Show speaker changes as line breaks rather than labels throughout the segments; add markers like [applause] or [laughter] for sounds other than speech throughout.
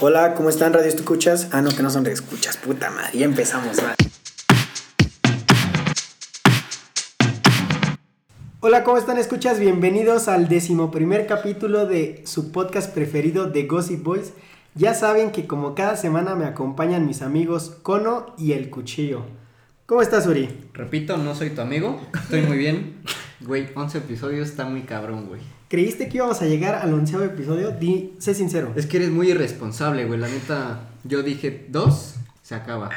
Hola, ¿cómo están? Radio Escuchas. Ah, no, que no son escuchas, puta madre. Ya empezamos. va. Hola, ¿cómo están? Escuchas, bienvenidos al decimoprimer capítulo de su podcast preferido de Gossip Boys. Ya saben que como cada semana me acompañan mis amigos Cono y El Cuchillo. ¿Cómo estás, Uri?
Repito, no soy tu amigo, estoy muy bien. Güey, 11 episodios está muy cabrón, güey.
¿Creíste que íbamos a llegar al onceavo episodio? Di, sé sincero.
Es que eres muy irresponsable, güey. La neta, yo dije dos, se acaba.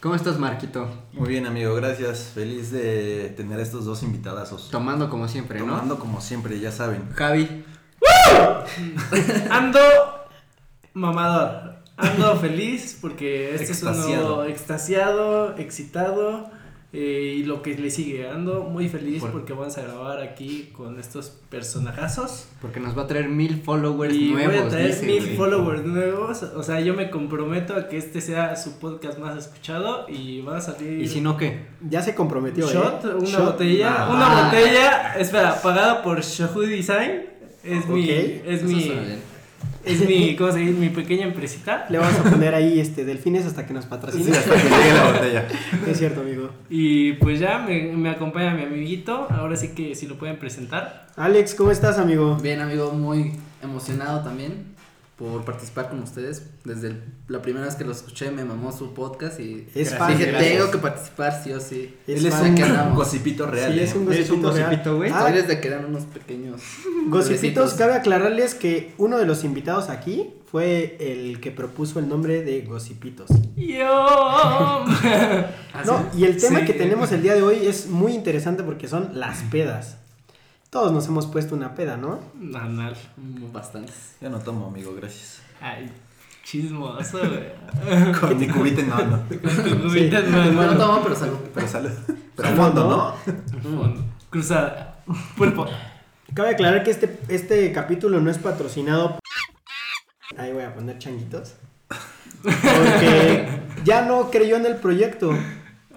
¿Cómo estás, Marquito?
Muy bien, amigo, gracias. Feliz de tener estos dos invitadazos.
Tomando como siempre, ¿no?
Tomando como siempre, ya saben.
Javi,
Ando mamador. Ando feliz porque este es un nuevo
Extasiado.
extasiado, excitado eh, y lo que le sigue. Ando muy feliz
Por-
porque vamos a grabar aquí con estos personajazos.
porque nos va a traer mil followers
Y
Pues nuevos.
voy a traer
dice,
mil
güey.
followers nuevos. O sea, yo me comprometo a que este sea su podcast más escuchado y van a salir.
¿Y si no qué?
Ya se comprometió. ¿eh?
Shot, una
Shot.
botella,
Nah.
una botella, espera, pagada por Shohu Design, es mi,
Ok,
es
Eso
mi,
suena bien.
es mi, ¿cómo se dice? Mi pequeña empresita.
Le vamos a poner ahí este delfines hasta que nos patrocinen.
Hasta que llegue la botella.
Es cierto, amigo.
Y pues ya me, me acompaña mi amiguito. Ahora sí que si lo pueden presentar.
Alex, ¿cómo estás, amigo?
Bien, amigo, muy emocionado también por participar con ustedes. Desde el- la primera vez que lo escuché me mamó su podcast y
Es
dije,
fan. gracias.
tengo que participar sí o sí.
Es
Él es
fan.
un que
Un
andamos.
gocipito real.
Sí,
¿eh?
es un
Eres un
gocipito real.
gocipito, güey.
Ah,
Todavía desde que eran unos
[laughs]
pequeños.
Gocipitos,
bebecitos.
cabe aclararles que uno de los invitados aquí fue el que propuso el nombre de Gocipitos.
Yo.
Ah,
[laughs] No, y el tema
Sí.
que tenemos el día de hoy es muy interesante porque son las pedas. Todos nos hemos puesto una peda, ¿no?
Nanal.
sí, mm, Bastantes.
Yo no tomo, amigo, gracias.
Ay, chismoso, güey.
Con mi cubita, no, no.
Cubitas, no,
Bueno,
no,
no tomo, pero salud.
Pero salud. Pero
Salud,
a fondo,
¿no?
¿no?
Fondo. Cruzada. Pulpo.
Cabe aclarar que este, este capítulo no es patrocinado. por- Ahí voy a poner changuitos. Porque ya no creyó en el proyecto.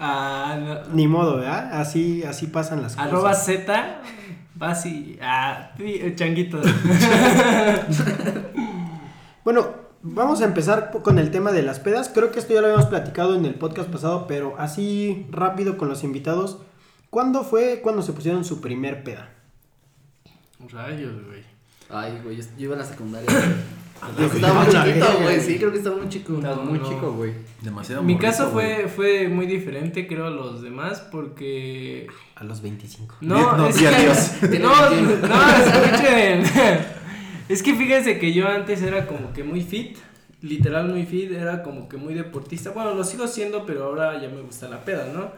Ah, no.
Ni modo, ¿verdad? Así, así pasan las cosas.
Arroba Z. Vas y. Ah, sí, eh, changuito.
Bueno, vamos a empezar po- con el tema de las pedas. Creo que esto ya lo habíamos platicado en el podcast pasado, pero así rápido con los invitados. ¿Cuándo fue cuando se pusieron su primer peda?
Rayos, güey.
Ay, güey, yo, yo iba a la secundaria.
Ah,
güey.
estaba muy
A la verga,
chiquito,
güey.
güey. Sí, creo que estaba muy chico.
Estás muy chico, güey.
Demasiado
Mi
morrito,
caso
güey.
fue, fue muy diferente, creo, a los demás, porque
A los 25.
No,
No,
es
di
que,
adiós.
[laughs] no, no, escuchen. Es que fíjense que yo antes era como que muy fit, literal muy fit, era como que muy deportista. Bueno, lo sigo siendo, pero ahora ya me gusta la peda, ¿no?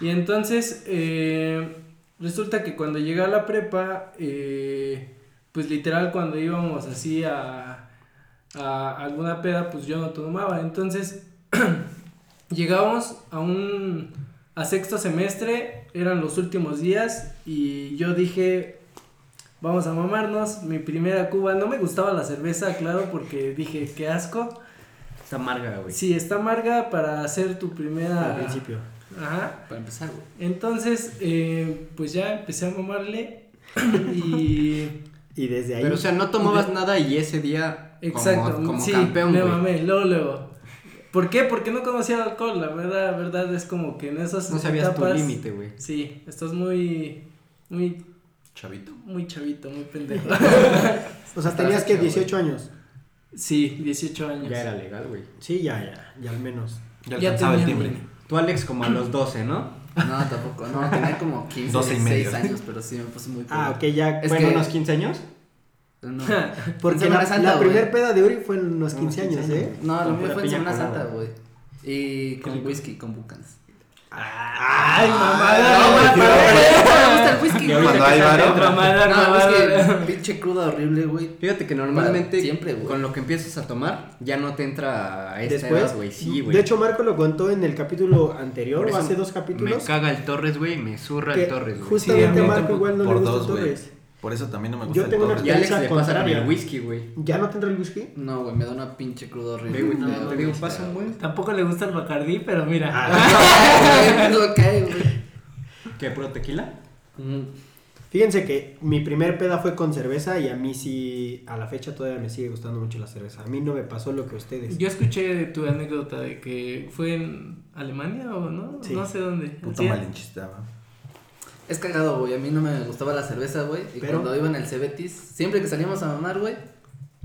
Y entonces, eh, resulta que cuando llegué a la prepa, eh, pues literal cuando íbamos así a, a alguna peda, pues yo no tomaba. Entonces, [clears throat] Llegamos a un a sexto semestre, eran los últimos días y yo dije, vamos a mamarnos, mi primera cuba, no me gustaba la cerveza, claro, porque dije, qué asco.
Está amarga, güey.
Sí, está amarga para hacer tu primera
Ah.
Al principio.
Ajá.
Para empezar, güey.
Entonces, eh, pues ya empecé a mamarle [clears throat] y
Y desde ahí.
Pero, o sea, no tomabas nada y ese día como-
exacto,
como,
sí,
campeón,
me
güey.
mamé, luego luego. ¿Por qué? Porque no conocía el alcohol, la verdad, verdad es como que en esas
No sabías tu
etapas-
límite, güey.
Sí, estás muy, muy,
Chavito.
muy chavito, muy
[laughs]
pendejo.
o sea, tenías que
Estaba chido,
18 años.
Sí, 18 años.
Ya era legal, güey.
Sí, ya, ya, ya al menos.
Ya
Ya
alcanzaba el
tenía
timbre.
mi-
Tú, Alex, como a los 12, ¿no?
No, tampoco. No, tenía como 15,
12 y
16
medio.
años, pero sí me puse muy
Ah, ok,
pedo.
ya. bueno,
Es
Bueno,
que-
unos 15 años.
[laughs]
No.
[laughs]
En
Porque
Semana
la,
Santa, güey.
primera peda de Uri fue en los 15 años,
15
¿eh?
No, lo
Con
mío
pura
fue en
piña
Semana
colada.
Santa, güey. Y con whisky, con bucanas.
Ay,
[laughs]
mamada.
no,
mamada,
güey, pero- pero me gusta el whisky,
Y
güey.
ahorita
Cuando
que
hay
[laughs]
sale
varo.
otra madre.
Mamada,
No,
[laughs]
es
mamada.
que pinche cruda horrible, güey.
Fíjate que normalmente
Para siempre, güey.
con lo que empiezas a tomar ya no te entra a esta
Después.
edad, güey. Sí, güey.
de hecho, Marco lo contó en el capítulo anterior,
Por
o
eso
hace dos
me
capítulos.
caga el Torres, güey, me zurra
que
el Torres, güey.
justo- Sí,
Justamente
a mí
Marco
tampoco.
igual no le
Por
gusta
dos, güey.
Torres.
Por eso también no me
Yo
gusta
tengo una
Y a Alex
Esa
le pasa con
contraria.
el whisky, güey.
¿Ya no tendrá el whisky?
No, güey, me da una pinche cruda horrible.
Ve, güey,
me da
te- te digo, pasa un buen.
Tampoco le gusta el Bacardí, pero mira.
[laughs]
Ah, güey, es lo que hay, güey.
¿Qué, puro Ah. tequila?
Mm.
Fíjense que mi primer peda fue con cerveza y a mí sí, a la fecha todavía me sigue gustando mucho la cerveza. A mí no me pasó lo que a ustedes.
Yo escuché tu anécdota de que fue en Alemania o no,
Sí.
no sé dónde.
Puta
Sí.
malinchista, va.
Es cagado, güey. A mí no me gustaba la cerveza, güey. Y
Pero-
cuando iba en el Cebetis, siempre que salíamos a mamar, güey,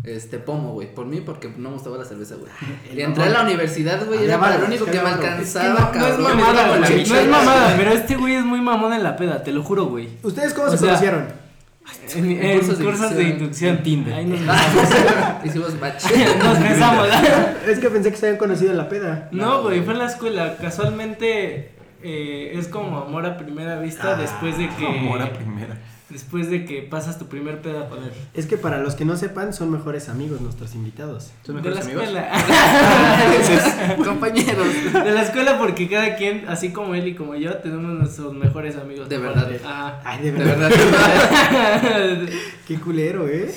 este pomo, güey. Por mí, porque no me gustaba la cerveza, güey. Y entré a la universidad, güey.
Había
Era para lo
varios,
único que
había
me
varios.
Es que
alcanzaba,
no, no es mamada,
cabrón. Era
güey,
con la
no
michela,
es mamada,
güey.
pero este güey es muy mamón en la peda, te lo juro, güey.
¿Ustedes cómo
O
se
sea,
conocieron?
En,
En
en
cursos
cursos,
de
de
inducción.
inducción.
En Tinder.
Ahí nos,
[laughs] Hicimos match.
nos besamos.
Es que pensé que se habían conocido en la peda.
No, güey, fue en la escuela. Casualmente eh, es como amor a primera vista después de que.
Amor a primera.
Después de que pasas tu primer peda con él.
Es que para los que no sepan, son mejores amigos nuestros invitados.
¿Son
de la
mejores amigos?
[laughs] escuela.
Compañeros.
[laughs] de la escuela porque cada quien, así como él y como yo, tenemos nuestros mejores amigos.
De
aparte.
verdad.
[laughs]
Ah.
Ay, de
De
verdad.
verdad.
Qué culero, ¿eh?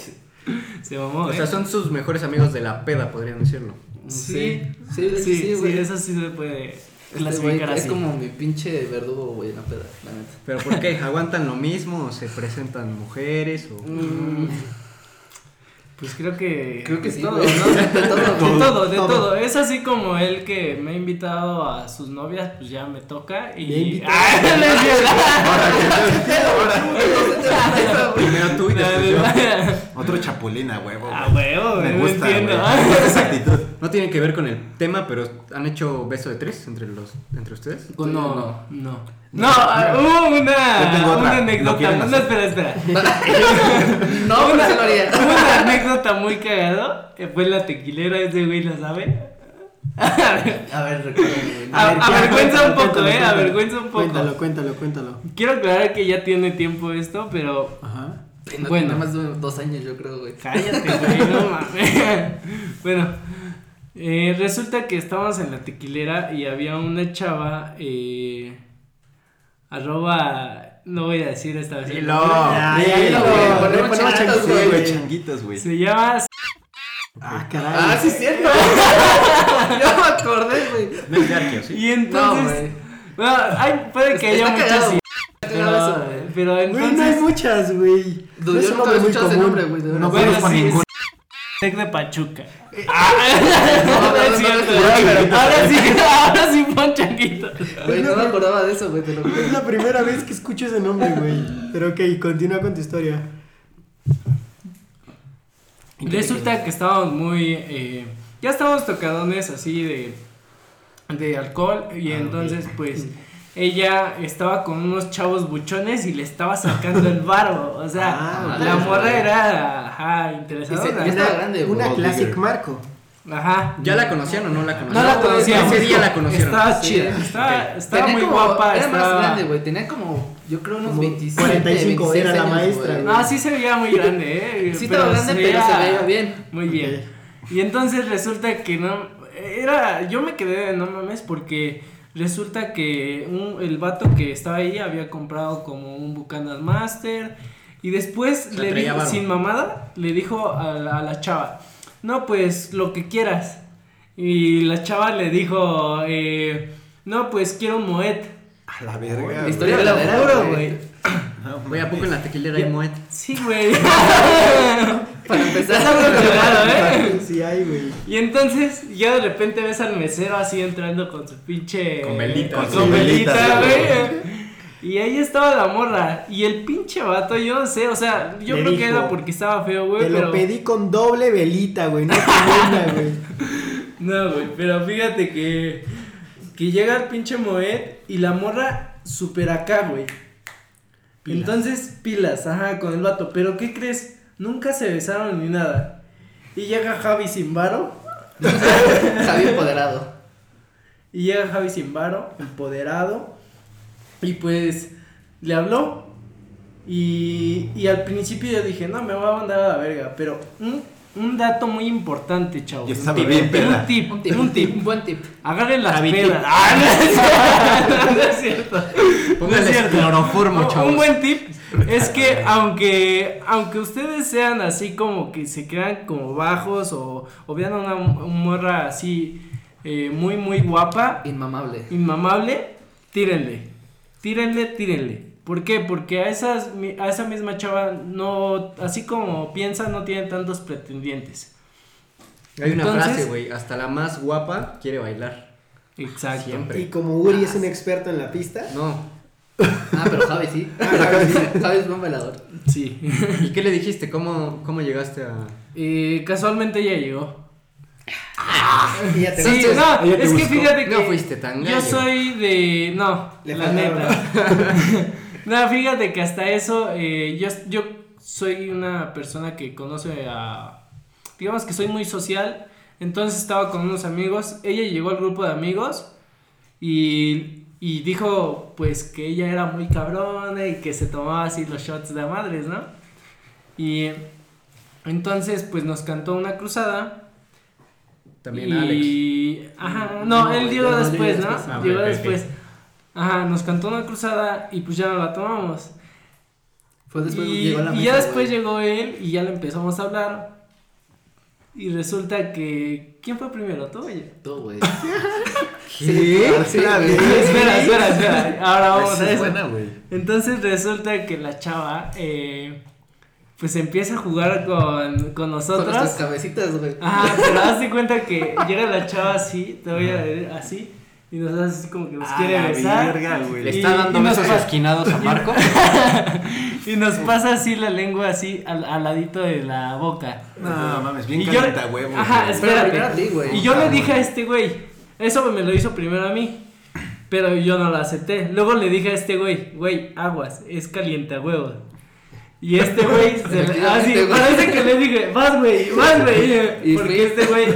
Se mamó.
O
¿eh?
sea, son sus mejores amigos de la peda, podrían decirlo.
sí.
[laughs] Sí, sí, sí, güey.
eso sí se puede
Este güey
clasificar
es
así.
como mi pinche verdugo, güey, en la peda, la neta.
¿Pero por qué? ¿Aguantan lo mismo? ¿O se presentan mujeres? ¿O
Mm,
Pues creo que.
Creo que sí,
todo,
güey.
¿no?
[laughs] De todo,
De
güey.
todo, de
Todo.
todo. Es así como él que me ha invitado a sus novias, pues ya me toca.
Me
Y.
invitó.
[laughs] ¡Ah! no es
[laughs]
cierto. [laughs]
Primero tú y después yo.
Otro chapulina, huevo.
A
güey.
Ah, huevo,
Me
güey, no
gusta, güey.
entiendo.
Esa actitud.
No tiene que ver con el tema, pero ¿han hecho beso de tres entre, los, entre ustedes?
No, no,
No.
no. No, ah, hubo
Yo tengo
una,
otra.
una
¿Lo
anécdota.
quieren
No,
hacer?
espera, espera.
[laughs] No, pero se lo haría.
Hubo [laughs] una anécdota muy cagada. que Fue en la tequilera, ese güey la sabe. [laughs]
A ver, [laughs] recuerden, güey.
A-
ver, ya,
avergüenza un poco, eh,
cuéntalo.
avergüenza un poco.
Cuéntalo, cuéntalo, cuéntalo.
Quiero aclarar que ya tiene tiempo esto, pero
Ajá.
No,
Bueno.
Nada más de dos años, yo creo, güey.
Cállate, güey, no mames. Bueno, eh, resulta que estábamos en la tequilera y había una chava, eh, arroba, no voy a decir esta vez. el
Dilo.
nombre.
Ah,
Ay,
sí,
ay,
güey,
güey,
ponemos
ponemos
changuitos,
changuitos,
Sí,
güey.
güey,
güey.
changuitos, güey.
Se llama...
Ah, caray.
Ah, sí, es cierto. [laughs] Yo me acordé, güey.
No es garquio, ¿sí?
Y
No,
entonces...
güey.
bueno, hay- puede que
Está
haya muchas...
cagado,
sí,
Está cagado eso,
Pero,
güey.
pero
Güey, no hay
entonces...
muchas, güey.
Yo
No es un nombre
nunca había
muy
escuchado ese
común.
nombre, güey, de verdad.
No
Bueno,
conozco a
sí,
ningún.
Tec de Pachuca. Ah,
No, no,
no es
no,
cierto.
no, no, no.
Ahora sí, ahora sí pon changuito.
Güey, no me acordaba de eso, güey, te lo juro.
Es la primera vez que escucho ese nombre, güey. Pero ok, continúa con tu historia.
Resulta que estábamos muy. eh, ya estábamos tocadones así de. de alcohol. Y entonces, pues. Ella estaba con unos chavos buchones y le estaba sacando el barbo. O sea,
Ah,
la
ok.
morra era. Ajá, interesadora.
Y se-
Una,
Está grande, güey.
una
Bob
Classic
Digger.
Marco.
Ajá.
¿Ya la conocían o no la
No
conocían?
la conocíamos.
Ese día la conocieron.
Estaba
Sí.
chida. Estaba,
Ok.
estaba
Tenía
muy
como-
guapa.
Era
estaba-
más grande, güey. Tenía como, yo creo, unos
Como
25.
45 era la maestra, güey.
No, sí se veía muy grande, ¿eh?
[laughs] Sí estaba grande, pero se veía bien.
Muy bien. Y entonces resulta que no. Era. Yo me quedé de no mames porque resulta que un- el vato que estaba ahí había comprado como un Bucanas Master. Y después
sea,
le
traía
dijo,
varo.
sin mamada, le dijo a la, a la chava: No, pues lo que quieras. Y la chava le dijo: eh, No, pues quiero un Moet.
A la verga.
La
güey.
historia
Te lo
verdadera,
juro,
güey.
güey.
No,
Güey, ¿a poco en la tequilera hay moet?
Sí,
[laughs]
güey.
Para
[laughs]
empezar,
Está muy cagado, ¿eh?
Sí, hay, güey.
Y entonces ya de repente ves al mesero así entrando con su pinche...
Con velita,
Con
sí.
su velita,
Velita, sí,
güey. Y ahí estaba la morra. Y el pinche vato, yo no sé, o sea, yo
Le
creo que
dijo,
era porque estaba feo, güey,
Te
pero...
lo pedí con doble velita, güey. No con una, güey.
No, güey, pero fíjate que... Que llega el pinche Moet y la morra super acá, güey. Entonces pilas, ajá, con el vato. Pero ¿qué crees? Nunca se besaron ni nada. Y llega Javi sin varo.
Javier empoderado.
Y llega Javi sin varo, empoderado. Y pues le habló. Y, y al principio yo dije, no, me voy a mandar a la verga. Pero un, un dato muy importante, chavos.
Yo
un
estaba
tip,
bien peda.
Un tip,
Un tip,
un
[laughs]
tip.
un buen tip.
Agarren las
Javi
pedas.
tip.
Ah, no, [laughs] es cierto, no es cierto.
Pónganles cloroformo,
Un-
chavos.
Un buen tip es que aunque aunque ustedes sean así como que se crean como bajos o, o vean a una m- morra así eh, muy muy guapa,
Inmamable.
inmamable, tírenle. Tírenle, tírenle. ¿Por qué? Porque a, esas, mi- a esa misma chava, no, así como piensa, no tiene tantos pretendientes.
Hay una
Entonces-
frase, güey, hasta la más guapa quiere bailar.
Exacto.
Siempre.
Y como Uri es un experto en la pista,
No.
Ah, pero Javi
[laughs]
sí. Javi es buen bailador.
Sí. [laughs]
¿Y qué le dijiste? ¿Cómo, cómo llegaste a...?
Eh, casualmente ella llegó.
y
[laughs]
ya te
Sí,
vas.
no,
Ella te
es que
buscó.
fíjate que.
No fuiste tan gallo.
Yo soy de. No,
Le
la
faltaron.
neta. [laughs] no, fíjate que hasta eso, eh, yo, yo soy una persona que conoce a. Digamos que soy muy social. Entonces estaba con unos amigos. Ella llegó al grupo de amigos y, y dijo, pues, que ella era muy cabrona y que se tomaba así los shots de a madres, ¿no? Y entonces, pues, nos cantó una cruzada.
También Alex.
Y- Ajá, no,
No,
él
yo
llegó
no, yo
después,
llegué
¿no?
después.
Ah,
llegó
ok, ok,
después. Ajá, nos cantó una cruzada y pues ya no la tomamos.
Fue después
y,
llegó a la
y
mesa,
ya después
güey.
llegó él y ya le empezamos a hablar. Y resulta que. ¿Quién fue primero? ¿Tú o yo?
Tú,
[laughs]
güey.
¿Qué?
Sí, güey.
[laughs] espera, espera, espera. Ahora vamos
Esa
a
es
eso.
buena, Pues güey.
Entonces resulta que la chava, eh, pues empieza a jugar con, con
Con
nosotros.
nuestras cabecitas, güey.
Ajá, pero haz de cuenta que llega la chava así, te voy a ver así, y nos hace así como que nos
A
quiere
la
besar.
verga, güey.
¿Le está
Y-
dando
y nos
besos
pa-
esquinados a Marco?
Y nos pasa así la lengua así al, al ladito de la boca.
No, mames, bien
Y yo-
calienta huevos.
Ajá,
güey.
es-
espérate.
Pero primero a ti, güey.
y yo le dije a este güey, eso me lo hizo primero a mí. Pero yo no lo acepté. Luego le dije a este güey, güey, aguas, es calienta huevos. Y este
[laughs]
güey se le- así,
Efectivamente, güey.
parece que le dije, vas güey, vas güey.
Y fui.
Porque este
[laughs]
güey,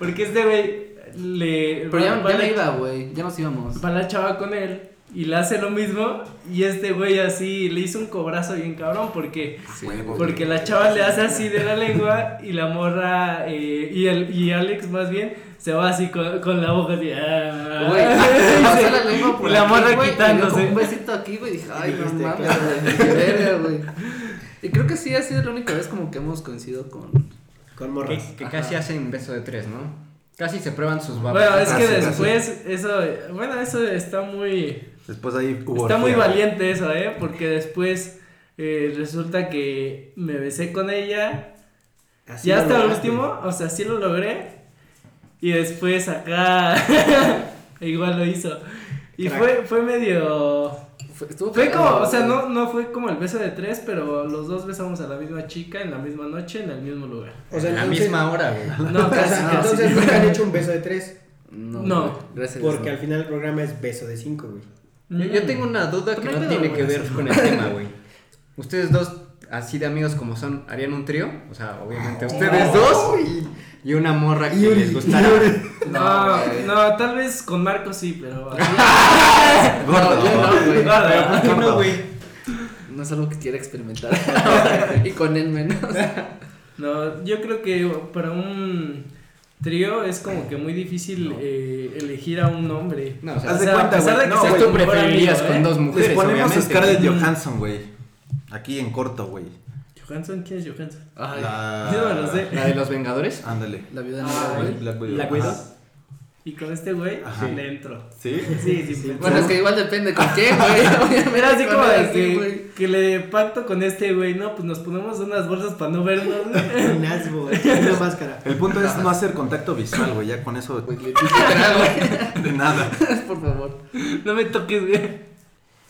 porque este güey le.
[laughs] Pero ya,
va-
ya me
le-
iba, güey. Ya nos íbamos.
va la chava con él y le hace lo mismo y este güey así le hizo un cobrazo bien cabrón porque
Huevo,
porque la chava le hace así de la lengua y la morra eh, y el y Alex más bien se va así con, con la boca así ah. [laughs]
Güey, me pasó la lengua por
Y la
aquí,
morra
güey, y yo
quitándose.
con Un besito aquí, güey, dije, ay, no
dijiste,
mames,
claro.
güey, qué verga, güey. Y creo que sí ha sido la única vez como que hemos coincidido con...
Con morras.
que que casi hacen beso de tres, ¿no? Casi se prueban sus babas.
bueno es que
Así, así.
después eso bueno eso está muy
Después ahí hubo
Está muy
orgía, güey.
valiente eso, ¿eh? Porque después eh, resulta que me besé con ella.
Así
ya
lo
hasta el
lograste.
último, o sea, sí lo logré. Y después acá [laughs] igual lo hizo. Y
Crack.
fue, fue medio...
Fue, estuvo
Fue
cagado,
como, o sea,
güey.
no, no fue como el beso de tres, pero los dos besamos a la misma chica en la misma noche, en el mismo lugar.
O sea,
a la
entonces-
misma hora, güey.
No, casi,
Ah,
casi.
Entonces nunca han hecho un beso de tres.
No,
No,
güey, gracias.
Porque
no.
al final el programa es beso de cinco, güey.
Yo, yo tengo una duda que
Pero no hay
no
pedo,
tiene
güey,
que ver
así.
con el tema, güey. Ustedes dos, así de amigos como son, ¿harían un trío? O sea, obviamente ustedes dos y una morra que les gustara. [laughs]
No,
No, güey.
no, tal vez con Marco sí, pero...
No, yo no, güey.
Guarda.
¿Por qué no, güey?
No es algo que quiera experimentar. [laughs] y con él menos.
No, yo creo que para un trío es como que muy difícil eh, elegir a un hombre.
No, o sea,
Haz de
o sea, a
cuenta,
pesar
güey.
de que
No,
sea
güey.
tú
tu mejor
preferirías
amigo,
con
¿eh?
dos
Les
mujeres,
ponemos
obviamente.
Scarlett
Mm.
Johansson, güey. Aquí en corto, güey.
Johansson, ¿quién es Johansson?
Ay,
La-
Yo no lo sé.
¿La de los Vengadores?
Ándale.
la viuda
Ah,
negra, güey.
Black Widow.
¿La cuido?
Ajá.
Y con este güey
Ajá.
le entro.
¿Sí?
Sí, sí, sí.
Bueno, es que igual depende con quién, güey. Obviamente
Era así
con
como
él,
este
de
sí, güey.
[laughs] que, que le pacto con este güey, no, pues nos ponemos unas bolsas para
[laughs]
no vernos.
Un asbo, una máscara.
El punto es no hacer contacto visual, güey. Ya con eso
Güey, literal, güey.
de nada.
[laughs]
Por favor.
no me toques, güey.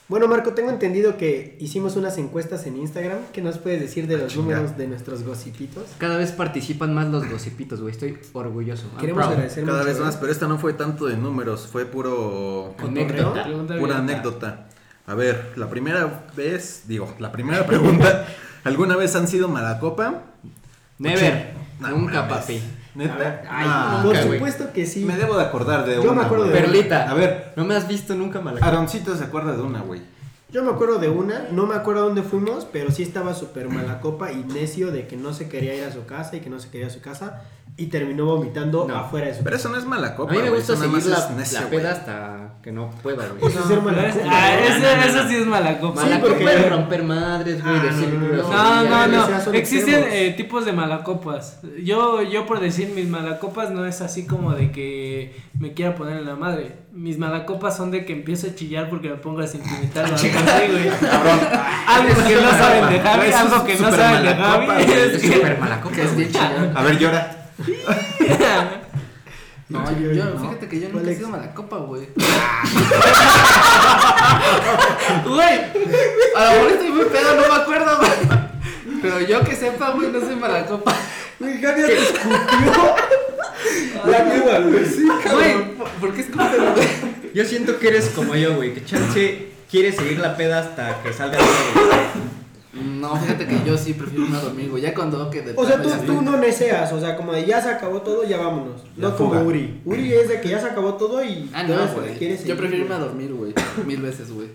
Bueno, Marco, tengo entendido que hicimos unas encuestas en Instagram. ¿Qué nos puedes decir de
Ah,
los
chinga.
números de nuestros gocipitos?
Cada vez participan más los gocipitos, güey. Estoy orgulloso. I'm
Queremos
proud.
agradecer
Ah, Cada
mucho,
vez
¿eh?
más, pero esta no fue tanto de números, fue puro
Anécdota.
Pregunta
pura
abierta.
anécdota. A ver, la primera vez, digo, la primera pregunta, ¿alguna vez han sido mala copa?
Never.
No
Nunca,
mames.
papi.
¿Neta?
Ay,
Ah,
Por
nunca, güey.
supuesto que sí.
Me debo de acordar de
Yo
una.
me acuerdo
güey.
de
Perlita.
A ver,
No me has visto nunca, mala.
Aaroncito se acuerda de una, güey.
Yo me acuerdo de una, no me acuerdo dónde fuimos, pero sí estaba súper mala copa y necio de que no se quería ir a su casa y que no se quería ir a su casa. y terminó vomitando
No.
afuera de su
Pero eso no es mala copa.
A mí me
güey,
gusta
eso nada más
seguir la,
es
la
necio, güey. Pues,
peda hasta que no pueda, güey.
Eso es ser mala
es-
copa,
ah,
¿no?
eso-
no, no,
eso
no.
sí es mala copa.
Mala
Sí,
copa
porque-
es romper madres, güey,
Ah,
decir
no, no, no.
groserías.
No, no,
no
no.
seas un
Existen
extremo.
eh, tipos de malacopas. Yo, yo por decir mis malacopas no es así como de que me quiera poner en la madre. Mis malacopas son de que empiezo a chillar porque me pongo a
[laughs]
sentimental o algo así, güey. Algo que no saben de Javi,
Güey, eso es
algo que no
súper
saben de
malacopa,
Javi.
güey,
es
Es
que-
súper mala copa,
Que es
güey.
bien chillón.
A ver, llora.
No,
Sí,
yo,
güey,
yo-
¿no?
fíjate que yo nunca he
Alex.
sido mala copa, [laughs] güey.
Güey,
A lo mejor estoy muy pedo, no me acuerdo, güey. Pero yo que sepa, güey, no soy mala copa.
Güey, Javi ya te escupió. La vida, güey. Sí,
Güey, ¿por- ¿por qué es como güey?
[laughs] Yo siento que eres como yo, güey, que chance quiere seguir la peda hasta que salga todo, güey.
No, fíjate que yo sí prefiero no dormir, güey. Ya cuando que de
O sea, tú,
plano ya-
tú no neceas, o sea, como de ya se acabó todo, ya vámonos.
La
no como
fuga.
Uri. Uri es de que ya se acabó todo y
Ah,
todavía
no,
se
güey.
quiere seguir,
Yo prefiero irme a
güey.
dormir, güey. Mil veces, güey.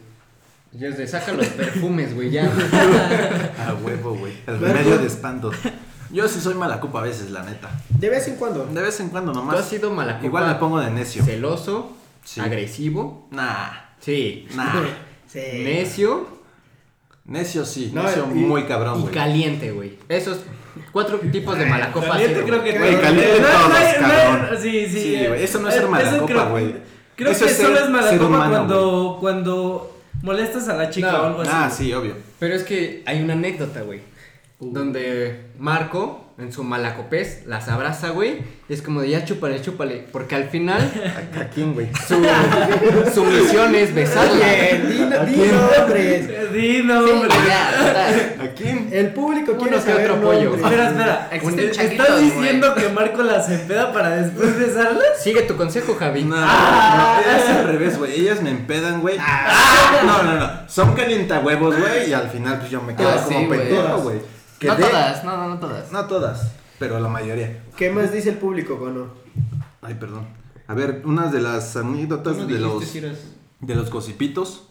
Yo es de saca los perfumes, güey, ya.
[laughs]
A huevo, güey. El
¿Verdad?
remedio de espanto. Yo sí soy mala copa a veces, la neta.
De vez en cuando.
De vez en cuando
Tú has
nomás.
sido mala copa.
Igual me pongo de necio.
Celoso,
Sí.
agresivo.
Nah,
Sí.
nah.
Sí.
Necio
Necio sí,
No,
necio
y-
muy cabrón,
y
güey.
caliente, güey. Esos cuatro tipos de mala copa.
Caliente
sí,
creo
güey.
que
Güey, caliente todos,
hay- hay-
cabrón.
sí, sí.
Sí, güey, eso no es
eh,
ser mala
eso
copa,
creo-
güey.
Creo
Eso
que
es ser-
solo es mala
ser
copa
humano,
cuando, cuando molestas a la chica
No,
o algo así.
Ah, sí, obvio.
Pero es que hay una anécdota, güey. Donde Marco, en su malacopés, las abraza, güey. Y es como de ya chúpale, chúpale. Porque al final,
[laughs] ¿A, a quién, güey?
su, su misión es
Oye,
besarla.
di, di nombres.
Eh, Sí, no,
Sí,
hombre.
ya, está.
¿A quién?
El público
Uno
quiere
que
saber
otro pollo.
nombres.
Espera, espera.
Existen
¿Estás
changuitos,
diciendo que Marco las empeda para después besarlas?
Sigue tu consejo, Javi.
No,
Ah.
no, es al revés, güey. Ellas me empedan, güey. No, no, no. Son calientahuevos, güey. Y al final, pues yo me quedo
Ah,
como
sí, güey.
pendejo, güey. Que
No
de-
todas, no, no, no todas.
No todas, pero la mayoría.
¿Qué más dice el público, Cono?
Ay, perdón. A ver, unas de las anécdotas
¿Cómo
de los,
dijiste, Ciras?
de los cosipitos.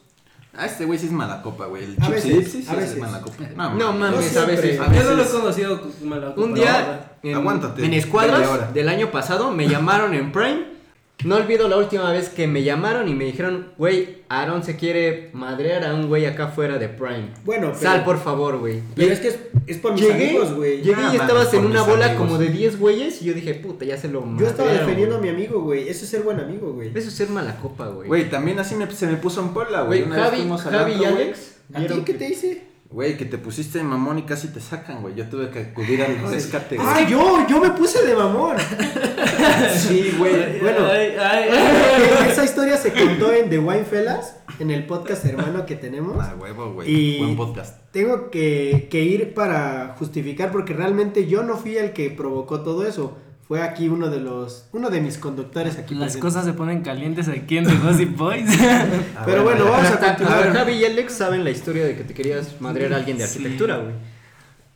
Ah, este güey sí es mala copa, güey. El
A
Chipsy
veces,
Dipsy sí
a
es
veces.
mala copa.
No mames,
No
a veces.
siempre.
Yo no lo he conocido como mala copa,
Un
la verdad.
día en,
Aguántate,
en
media hora.
Escuadras del año pasado me llamaron en Prime. No olvido la última vez que me llamaron y me dijeron, güey, Aaron se quiere madrear a un güey acá fuera de Prime.
Bueno, pero-
Sal por favor, güey.
Pero
Y-
es que es, es por mis
llegué
amigos, güey.
llegué
Ah,
y estabas
mames,
en
por
una
mis
bola
amigos.
como de 10 güeyes y yo dije, puta, ya se lo
Yo estaba
madrearon,
defendiendo a
güey".
mi amigo, güey. Eso es ser buen amigo, güey.
Eso es ser mala copa, güey.
Güey, también así me- se me puso en Puebla,
Güey,
güey. Una vez
Javi,
fuimos al
Javi y
antro, güey.
Alex.
¿A ti qué te hice?
Güey, que te pusiste mamón y casi te sacan, güey. Yo tuve que acudir al rescate, güey.
Ah, yo, yo me puse de mamón.
sí, güey.
Bueno.
Ay, ay,
[laughs]
ay.
Esa historia se contó en The Wine Fellas, en el podcast hermano que tenemos.
Ah, huevo, güey.
Y-
Buen podcast.
Tengo que, que ir para justificar porque realmente yo no fui el que provocó todo eso. Fue aquí uno de los, uno de mis conductores aquí.
Las
presente.
cosas se ponen calientes aquí en The Gossip Boys.
Ah,
Pero bueno,
[laughs]
ya.
vamos a
Hasta-
continuar.
hasta Javi y Alex saben la historia de que te querías madrear a alguien de
Sí.
arquitectura, güey.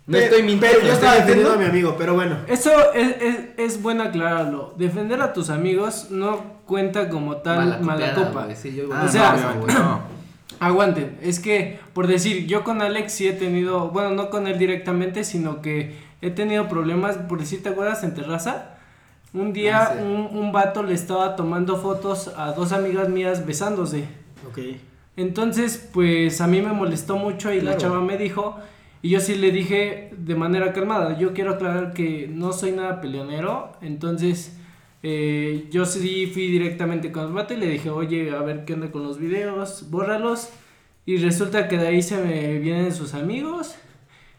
No
Pero-
estoy mintiendo.
Pero yo
estoy
estaba defendiendo a mi
mintiendo.
amigo, pero bueno.
[laughs] Eso es, es, es bueno aclararlo. Defender a tus amigos no cuenta como tal
Malacopeada,
mala copa.
güey, Sí, yo
Ah,
igual.
O
no,
sea,
obviamente no.
Aguanten, es que por decir, yo con Alex sí he tenido, bueno, no con él directamente, sino que he tenido problemas, por decir, ¿te acuerdas en terraza? Un día
Ah, sí.
un, un vato le estaba tomando fotos a dos amigas mías besándose.
Ok.
Entonces, pues a mí me molestó mucho y la
Claro.
chava me dijo, y yo sí le dije de manera calmada, yo quiero aclarar que no soy nada peleonero, entonces eh, yo sí fui directamente con el vato y le dije, oye, a ver qué onda con los videos, bórralos, y resulta que de ahí se me vienen sus amigos,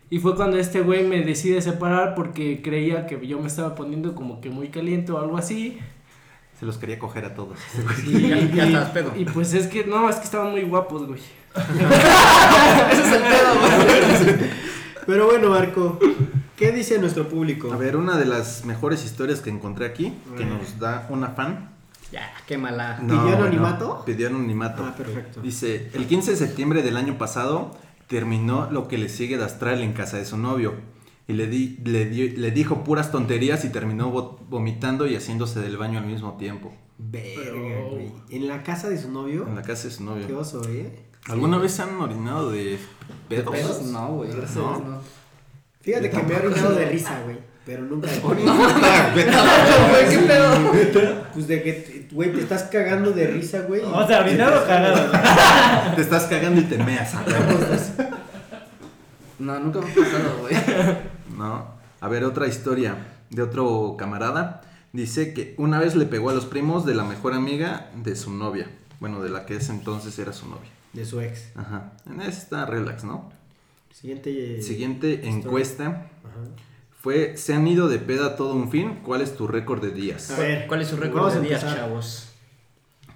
y fue cuando este güey me decide separar porque creía que yo me estaba poniendo como que muy caliente o algo así,
Se los quería coger a todos.
Y ya- [laughs] ya estabas pedo.
y pues es que, no, es que estaban muy guapos,
[laughs]
güey.
Ese es el pedo, güey.
[laughs] Pero bueno, Marco, ¿qué dice nuestro público?
[laughs] A ver, una de las mejores historias que encontré aquí, que nos da una fan.
Ya, qué mala.
Mm. ¿Pidió anonimato?
pidió anonimato.
Ah, perfecto.
Dice, el 15 de septiembre del año pasado terminó lo que le sigue de Astral en casa de su novio. Y le, di- le, dio- le dijo puras tonterías y terminó vo- vomitando y haciéndose del baño al mismo tiempo.
Verga, güey. ¿En la casa de su novio?
En la casa de su
Qué
novio.
oso, ¿eh?
¿Alguna vez se han orinado de
[laughs]
pedos? [laughs]
Pedos, no, güey. Gracias a Dios, no.
Fíjate que me ha orinado de risa, güey. Pero nunca.
¿Qué pedo?
[laughs] Pues de que, güey, te estás cagando de risa, güey.
O sea, orinado o cagado. güey?
Te estás cagando y te meas. a huevo.
No, nunca me ha pasado, güey.
No. A ver, otra historia de otro camarada. Dice que una vez le pegó a los primos de la mejor amiga de su novia. Bueno, de la que ese entonces era su novia.
De su ex.
Ajá. En ese está relax, ¿no?
Siguiente. eh,
Siguiente
historia.
encuesta
Ajá.
fue: ¿Se han ido de peda todo un fin? ¿Cuál es tu récord de días?
A ver,
¿Cuál es su récord
vamos a
de días,
empezar.
chavos?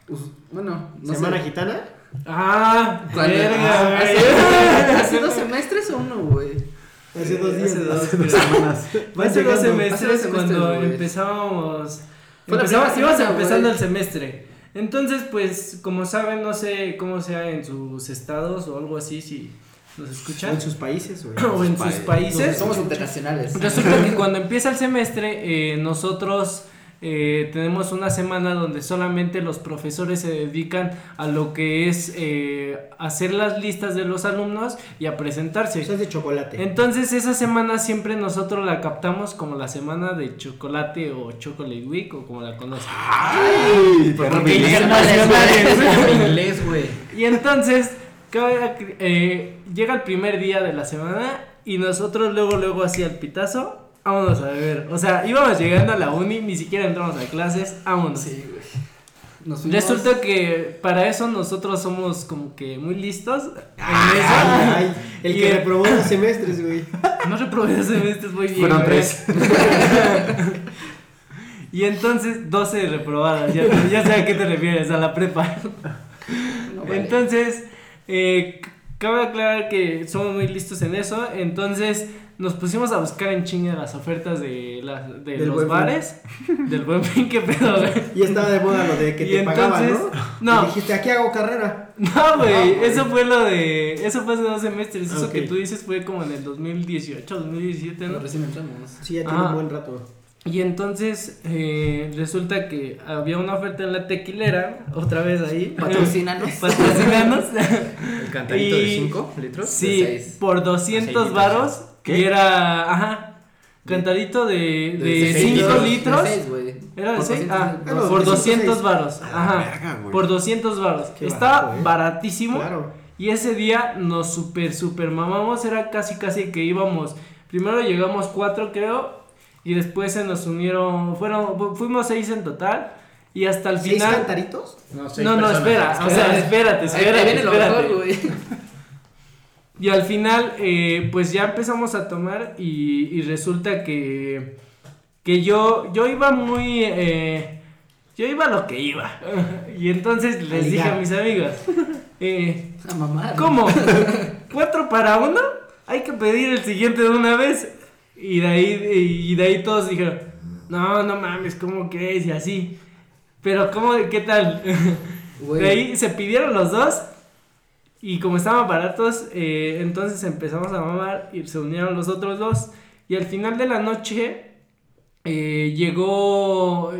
Us- Bueno, no
¿Semana
sé.
gitana?
Ah,
¿Cuál era?
verga,
Ah,
güey.
¿Hace hace dos semestres o uno, güey?
Hace dos días.
Hace
[laughs]
dos,
Hace
creo.
Semanas.
[laughs]
Van llegando.
Hace
Hace dos
dos
semestres
semestres,
cuando
güey.
empezábamos.
Fue la
empezaba-
primera semana,
íbamos
güey.
empezando el semestre. Entonces, pues, como saben, no sé cómo sea en sus estados o algo así, si nos
O
escuchan.
En sus países, güey.
[clears throat] O en sus
países.
países.
Somos internacionales.
Resulta que cuando empieza el semestre, eh, nosotros eh, tenemos una semana donde solamente los profesores se dedican a lo que es eh, hacer las listas de los alumnos y a presentarse.
Eso es de chocolate.
Entonces esa semana siempre nosotros la captamos como la semana de chocolate o chocolate week o como la conocen.
¡Ay! perro
Porque
bilingüe.
internacionales, güey. inglés, güey.
Y entonces cada- eh, llega el primer día de la semana y nosotros luego luego así al pitazo. Vámonos a ver, o sea, íbamos llegando a la uni, ni siquiera entramos a clases, vámonos.
Sí, güey. Nos fuimos-
Resulta que para eso nosotros somos como que muy listos. en eso.
Ay, el
Y
que
el-
reprobó dos semestres, güey.
No reprobé dos semestres, voy bien.
Fueron
güey.
tres.
[laughs] y entonces, 12 reprobadas. Ya, ya sé a qué te refieres, a la prepa.
No, vale.
Entonces, eh, c- cabe aclarar que somos muy listos en eso. Entonces, nos pusimos a buscar en chinga las ofertas de, las de
Del
los
buen fin.
bares. Del buen fin, qué pedo, güey.
Y estaba de moda lo de que
Y
te pagaban, ¿no?
entonces- no.
Y dijiste, aquí hago carrera.
No,
Ah,
güey,
güey.
eso fue lo de. Eso fue hace dos semestres. Eso
Ok.
que tú dices fue como en el 2018, 2017,
Bueno,
¿no?
recién entramos.
Sí, ya tiene
Ah.
un buen rato.
Y entonces eh, resulta que había una oferta en la tequilera, otra vez ahí. [laughs]
Patrocínanos.
Patrocinanos.
El cantarito
Y-
de 5 litros.
sí,
De seis.
por
Aceititos,
200 varos.
¿Qué?
Y era, ajá, cantarito de
De seis
5
litros.
litros.
De seis, güey.
Era de
Por
6,
200,
Ah,
ah,
no, 206.
por 200 varos.
A la verga,
Ajá,
güey.
por 200 varos.
Qué
Estaba
barato, eh.
baratísimo.
Claro.
Y ese día nos super, super mamamos. Era casi, casi que íbamos. Primero llegamos cuatro, creo. Y después se nos unieron. Fueron, fu- fuimos seis en total. Y hasta el
¿Seis
final.
cantaritos?
No,
No, no, espera. O sea, espérate,
Ahí- ahí
espérate.
viene lo mejor,
espérate.
güey.
Y al final, eh, pues ya empezamos a tomar. Y, y resulta que. Que yo, yo iba muy. eh, yo iba a lo
[laughs]
que iba. Y entonces les dije a mis amigos. Eh,
[laughs] A mamar.
¿Cómo? ¿Cuatro para uno? Hay que pedir el siguiente de una vez. Y de ahí, y de ahí todos dijeron, no, no mames, ¿cómo crees? Y así. Pero ¿cómo? ¿Qué tal? [laughs]
Güey.
De ahí se pidieron los dos. Y como estaban baratos, eh, entonces empezamos a mamar y se unieron los otros dos. Y al final de la noche eh, llegó...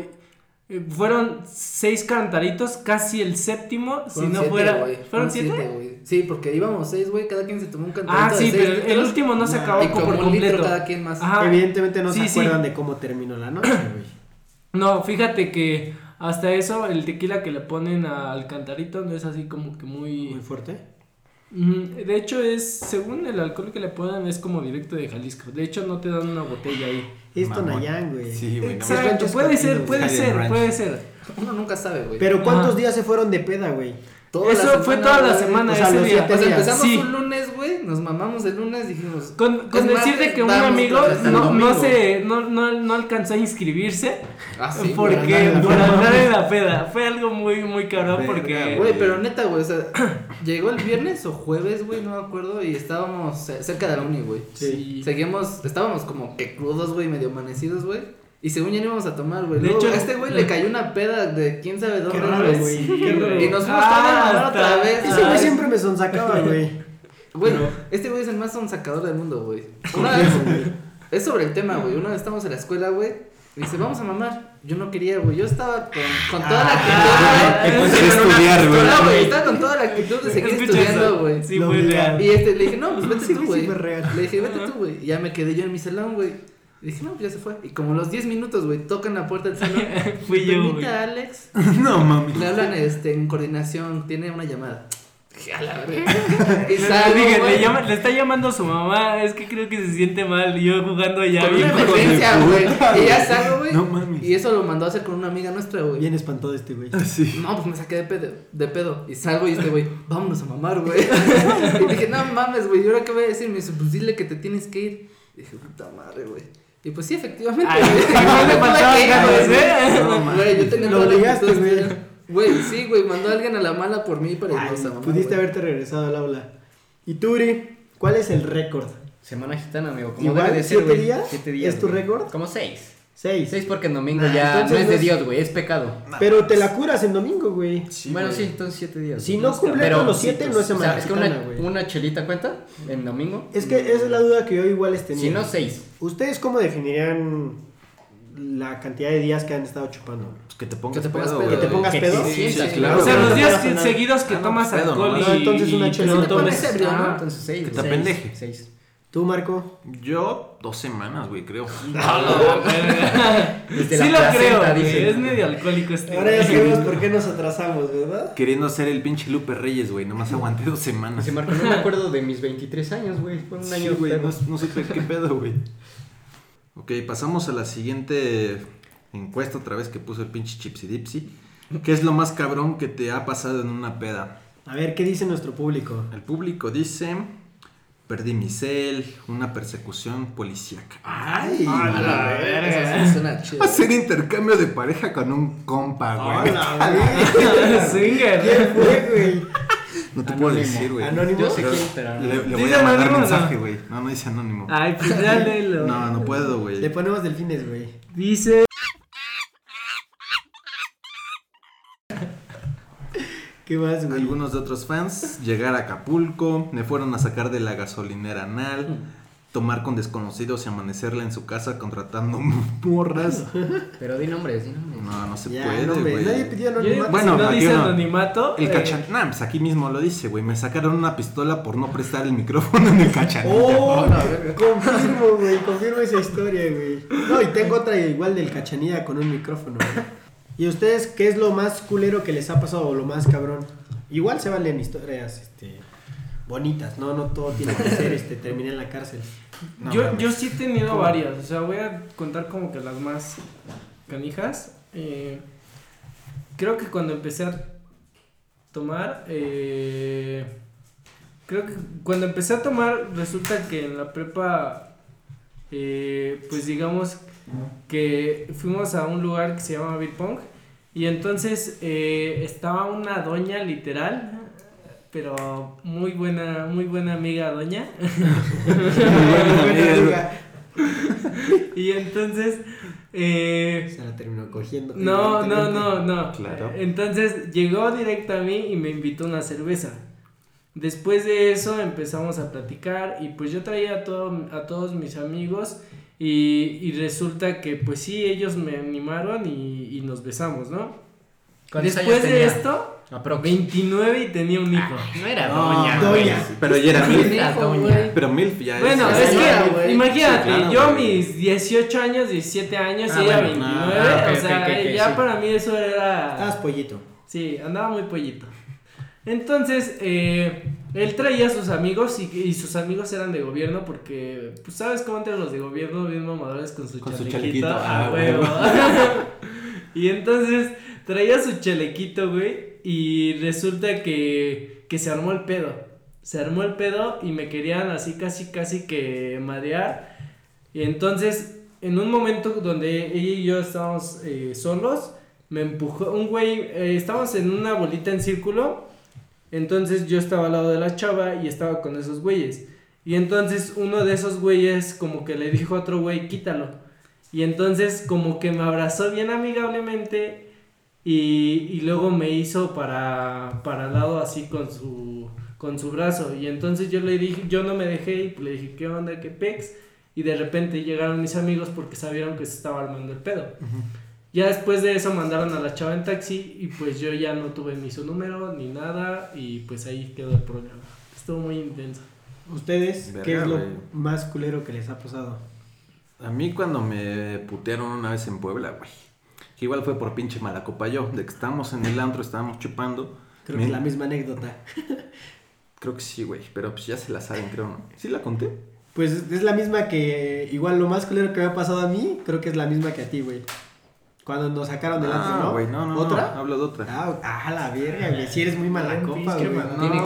eh, Fueron seis cantaritos, casi el séptimo,
Fueron
si no
siete,
fuera...
güey.
¿Fueron siete?
güey. Sí, porque íbamos seis, güey. Cada quien se tomó un cantante.
Ah, sí, pero el último no se
Nah,
acabó
Y como
por
un litro
completo.
cada quien más.
Ajá.
Evidentemente no
Ah, Sí,
se
sí.
acuerdan de cómo terminó la noche, güey.
No, fíjate que hasta eso el tequila que le ponen al cantarito no es así como que muy...
Muy fuerte.
Mm, De hecho es, según el alcohol que le ponen es como directo de Jalisco. De hecho no te dan una botella ahí.
Es
Mamón.
Tonayán, güey.
Sí, güey. no
Exacto.
mames.
puede ser, puede
Hidden
ser,
Ranch.
puede ser.
Uno nunca sabe, güey.
Pero ¿cuántos
Ajá.
días se fueron de peda, güey?
Toda la
eso fue
semana,
toda la
güey.
semana
O sea,
ese
los
día.
siete
O sea, empezamos
Sí.
un lunes, güey. Nos mamamos el lunes. Dijimos.
Con, con
es martes,
decirte que un
vamos
amigo
otra vez al
no, no
domingo.
se, no, no, no alcanzó a inscribirse
Ah, sí,
porque
güey.
andar en la
por
peda.
andar en la peda. Fue algo muy, muy cabrón
Verga,
porque...
güey.
Güey, pero neta, güey, o sea, [clears throat] llegó el viernes o jueves, güey, no me acuerdo, y estábamos ce- cerca de la uni, güey.
Sí.
Seguimos, estábamos como que crudos, güey, medio amanecidos, güey. Y según ya no íbamos a tomar, güey.
De
Luego
hecho,
a este güey le cayó una peda de quién sabe dónde,
Qué raro,
güey.
güey.
Sí,
Qué raro.
güey.
Y nos fuimos tarde a mamar otra
Hasta-
vez.
Ese güey
Ay.
siempre me sonsacaba, güey.
Bueno, este güey es el más sonsacador del mundo, güey. Una vez, es sobre el tema, güey. Una vez estamos en la escuela, güey. y Dice, vamos a mamar. Yo no quería, güey. Yo estaba con, con toda la
Ah,
actitud.
que
güey.
pusiste
Estaba con
estudiar,
una
güey.
pistola, güey. Estaba con toda la actitud de seguir
Escucha
estudiando,
eso.
güey.
Sí,
Lo
fue
obligaron.
real.
Y este, le dije, no, pues vete
Sí,
tú,
güey,
güey.
sí fue real.
Le dije, vete tú, güey. Y ya me quedé yo en mi salón, güey.
Y dije, no, pues ya se fue. Y como los 10 minutos, güey, tocan la puerta del salón.
Fui yo,
Permita,
güey.
Alex.
No mami.
Le hablan este, en coordinación, tiene una llamada. Dije, a la
[laughs]
verga. Y
Pero
salgo,
dije,
güey.
le, llama- le está llamando su mamá, es que creo que se siente mal. y Yo jugando allá
Con
bien
una
con- [laughs]
emergencia,
hijo de
güey.
puta,
Y ya salgo, güey.
No mames.
Y eso lo mandó a hacer con una amiga nuestra, güey.
Bien espantado este güey.
Sí.
No, pues me saqué de pedo, de pedo. Y salgo y este güey, vámonos a mamar,
[laughs]
güey. y dije, no mames, güey, ¿y ahora qué voy a decir? Me dice, pues dile que te tienes que ir. Y dije, puta madre, güey. Y pues sí, efectivamente.
[laughs]
Ay,
güey. [laughs]
igual le
Tuve
faltaban
que ir,
ganas,
güey.
¿eh?
No, Güey, yo tenía
Lo
toda la
obligaste,
actitud,
güey.
Güey, sí, güey, mandó a alguien a la mala por mí para
Ay,
irnos a mamar.
pudiste
güey.
haberte regresado al aula. Y Turi, ¿cuál es el récord?
Semana gitana, amigo. Como
Igual,
debe de ser,
¿siete
güey.
días?
Siete días,
¿Es tu
güey.
récord?
Como seis.
Seis.
Seis porque en domingo
Ah,
ya no
entonces
es de
no es-
Dios, güey, es pecado.
Pero te la curas en domingo, güey.
bueno,
güey.
sí, entonces siete días.
Si
güey.
no cumple
Pero-
con los siete, no es
O
semana
sea, es que
gitana,
una,
güey.
una chelita cuenta en domingo.
Es que esa es la duda que yo igual les tenía.
Si no, seis.
¿Ustedes cómo definirían la cantidad de días que han estado chupando?
Pues que te pongas,
Que te pongas
pedo,
pedo,
¿Que te
güey.
pongas
Que
pedo?
sí, sí,
sí,
sí,
claro.
O sea, los
no
días
pasa nada.
seguidos que
Ah, no,
tomas
pedo,
alcohol
nomás.
y...
No, entonces una
y
chela.
no
Te
pones
tomes.
ebrio,
Ah,
¿no?
[laughs]
Entonces seis.
Que te
güey.
apendeje. [laughs]
Seis.
¿Tú, Marco?
Yo dos semanas, güey, creo.
Desde
Ah, Sí
la
lo creo,
placenta,
güey,
dicen.
es medio alcohólico este.
Ahora ya
güey.
sabemos
[laughs]
por qué nos atrasamos, ¿verdad?
Queriendo hacer el pinche Lupe Reyes, güey. Nomás aguanté dos semanas.
Se marcó, no me acuerdo de mis 23 años, güey. Fue un
Sí,
año,
güey,
pero-
no, no supe qué pedo, güey. Ok, pasamos a la siguiente encuesta otra vez que puso el pinche Chipsy Dipsy. ¿Qué es lo más cabrón que te ha pasado en una peda?
A ver, ¿qué dice nuestro público?
El público dice, perdí mi cel, una persecución policíaca. ¡Ay!
A la verga.
Eso sí suena
[laughs]
chido.
Hacer intercambio de pareja con un compa, güey.
Swinger.
¿Quién fue, güey?
No te
Anónimo.
puedo decir, güey.
Anónimo.
Yo sé
Pero
quién, pero.
Le, le voy
¿Dice
a mandar
anónimo o
mensaje,
no?
güey. No, no dice anónimo.
Ay, pues ya léelo.
No, no puedo, güey.
Le ponemos delfines, güey.
Dice...
¿Qué más, güey?
Algunos de otros fans, llegar a Acapulco, me fueron a sacar de la gasolinera anal,
Mm.
tomar con desconocidos y amanecerla en su casa contratando [laughs] morras.
Pero di nombres, di nombres.
No, no se
Ya, no,
puede,
güey.
güey.
Nadie pidió
Yo-
anonimato.
Bueno,
si no
aquí
dice
uno.
anonimato...
El
eh,
cachan... Nah, pues aquí mismo lo dice, güey. Me sacaron una pistola por no prestar el micrófono en el cachanilla.
¡Oh! confirmo, güey. Confirmo esa historia, güey. No, y tengo otra igual del cachanilla con un micrófono, güey. ¿Y ustedes qué es lo más culero que les ha pasado o lo más cabrón? Igual se valen historias, este. Bonitas, no, no todo tiene que ser, este, terminé en la
[laughs]
cárcel.
No
yo,
mames.
yo sí he tenido
¿Cómo?
varias, o sea, voy a contar como que las más canijas. Eh, creo que cuando empecé a tomar, eh, creo que cuando empecé a tomar, resulta que en la prepa, eh, pues digamos que fuimos a un lugar que se llama Beer Pong y entonces eh, estaba una doña literal, pero muy buena, muy buena amiga doña.
Buena amiga.
Y entonces, eh,
Se la terminó cogiendo.
no, no, no, no.
Claro.
Entonces llegó directo a mí y me invitó una cerveza. Después de eso empezamos a platicar y pues yo traía a, todo- a todos mis amigos y, y resulta que pues sí, ellos me animaron y, y nos besamos, ¿no?
¿Cuántos
Después
años
de
tenía? Ah,
esto,
Aprox.
29 y tenía un hijo.
No era
No,
doña,
güey.
güey.
Pero ya era
Hijo,
milf.
la doña.
güey.
Pero milf ya
Bueno,
Sí,
es
señora,
que
güey.
imagínate,
Sí, claro,
yo a
güey.
mis 18 años, 17 años
Ah,
y ella
bueno,
29,
ah, ok,
o sea,
ok, ok, ok,
ya
sí.
para mí eso era...
Estabas pollito.
Sí, andaba muy pollito. Entonces, eh, él traía a sus amigos y, y sus amigos eran de gobierno porque, pues, ¿sabes cómo entran los de gobierno? Bien mamadores con su
Con su
chalequito.
chalequito,
a
ah,
huevo. [laughs] y entonces traía su chalequito, güey, y resulta que, que se armó el pedo. Se armó el pedo y me querían así casi, casi que marear. Y entonces, en un momento donde ella y yo estábamos eh, solos, me empujó un güey, eh, estábamos en una bolita en círculo, entonces yo estaba al lado de la chava y estaba con esos güeyes. Y entonces uno de esos güeyes como que le dijo a otro güey, quítalo. Y entonces como que me abrazó bien amigablemente y, y luego me hizo para, para al lado así con su, con su brazo. Y entonces yo le dije, yo no me dejé y le dije, ¿qué onda? ¿Qué pex? Y de repente llegaron mis amigos porque sabieron que se estaba armando el pedo. Ya después de eso mandaron a la chava en taxi y pues yo ya no tuve ni su número ni nada y pues ahí quedó el problema.
[laughs]
Estuvo muy intenso.
¿Ustedes qué
Verga,
es lo
güey.
más culero que les ha pasado?
A mí cuando me putearon una vez en Puebla, güey. Que igual fue por pinche malacopayo, de que estábamos en el antro, estábamos chupando.
Creo
Me-
que es la misma anécdota.
Creo que sí, güey, pero pues ya se la saben, creo, ¿no? ¿Sí la conté?
Pues es la misma que, igual lo más culero que me ha pasado a mí, creo que es la misma que a ti, güey. Cuando nos sacaron del antro, ¿no?
Ah, güey, no, no, no,
¿Otra?
hablo de otra.
Ah, ah, la verga, güey. Si eres muy mala copa,
pinche
güey.
mamón.
Tiene
No,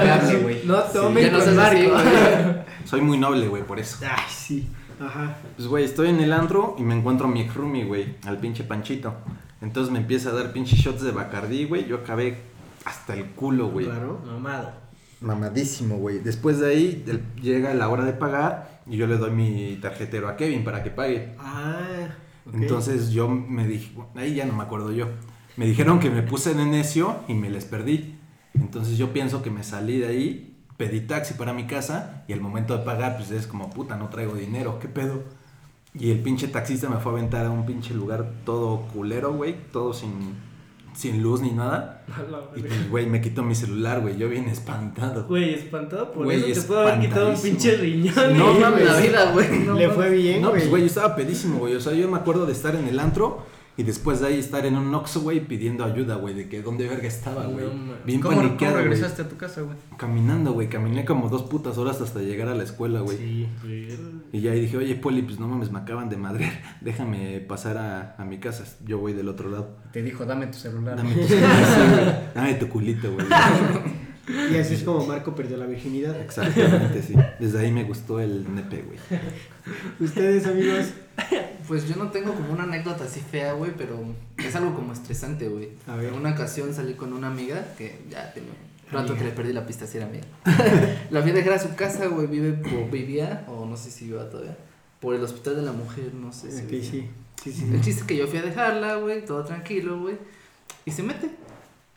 [laughs]
de amigable, güey.
No
Ya
tomen
no
con
seas así,
Marco.
güey.
Soy muy noble, güey, por eso.
Ay, sí. Ajá.
Pues, güey, estoy en el antro y me encuentro a mi ex roomie, güey, al pinche Panchito. Entonces me empieza a dar pinche shots de Bacardí, güey. Yo acabé hasta el culo, güey.
Claro.
Mamado.
Mamadísimo, güey. Después de ahí el- llega la hora de pagar y yo le doy mi tarjetero a Kevin para que pague.
Ah. ok.
Entonces yo me dije, bueno, ahí ya no me acuerdo yo. Me dijeron que me puse de necio y me les perdí. Entonces yo pienso que me salí de ahí, pedí taxi para mi casa y al momento de pagar pues es como, puta, no traigo dinero, ¿qué pedo? Y el pinche taxista me fue a aventar a un pinche lugar todo culero, güey, todo sin, sin luz ni nada.
A la verga.
Y pues, güey, me quitó mi celular, güey, yo bien espantado.
Güey, espantado por
Güey,
eso. Te puedo haber quitado un
espantadísimo.
pinche riñón. eh.
No,
y-
mames.
La vida, güey. no
Le
mames.
fue bien,
No, pues,
güey.
güey, yo estaba pedísimo, güey. O sea, yo me acuerdo de estar en el antro y después de ahí estar en un Oxxo, güey, pidiendo ayuda, güey, de que dónde verga estaba, güey.
No, man.
Bien
¿Cómo, cómo
paniqueado, güey.
regresaste a tu casa, güey?
Caminando, güey. Caminé como dos putas horas hasta llegar a la escuela, güey.
Sí.
Y ya ahí dije, oye, Poli, pues no mames, me acaban de madrear. [laughs] Déjame pasar a, a mi casa. Yo voy del otro lado.
Te dijo, dame tu celular.
Dame tu,
[laughs]
celular, dame tu culito, güey. [laughs]
Y así es como Marco perdió la virginidad.
Exactamente, sí. Desde ahí me gustó el nepe, güey.
Ustedes,
[laughs]
amigos.
Pues yo no tengo como una anécdota así fea, güey, pero es algo como estresante, güey.
A ver.
En una ocasión salí con una amiga que ya tenía un rato que le perdí la pista si era mía. [laughs] la fui a dejar a su casa, güey, vive, o vivía, o no sé si viva todavía, por el hospital de la mujer, no sé si
Ok,
vivía.
sí. Sí, sí.
El chiste es que yo fui a dejarla, güey, todo tranquilo, güey, y se mete.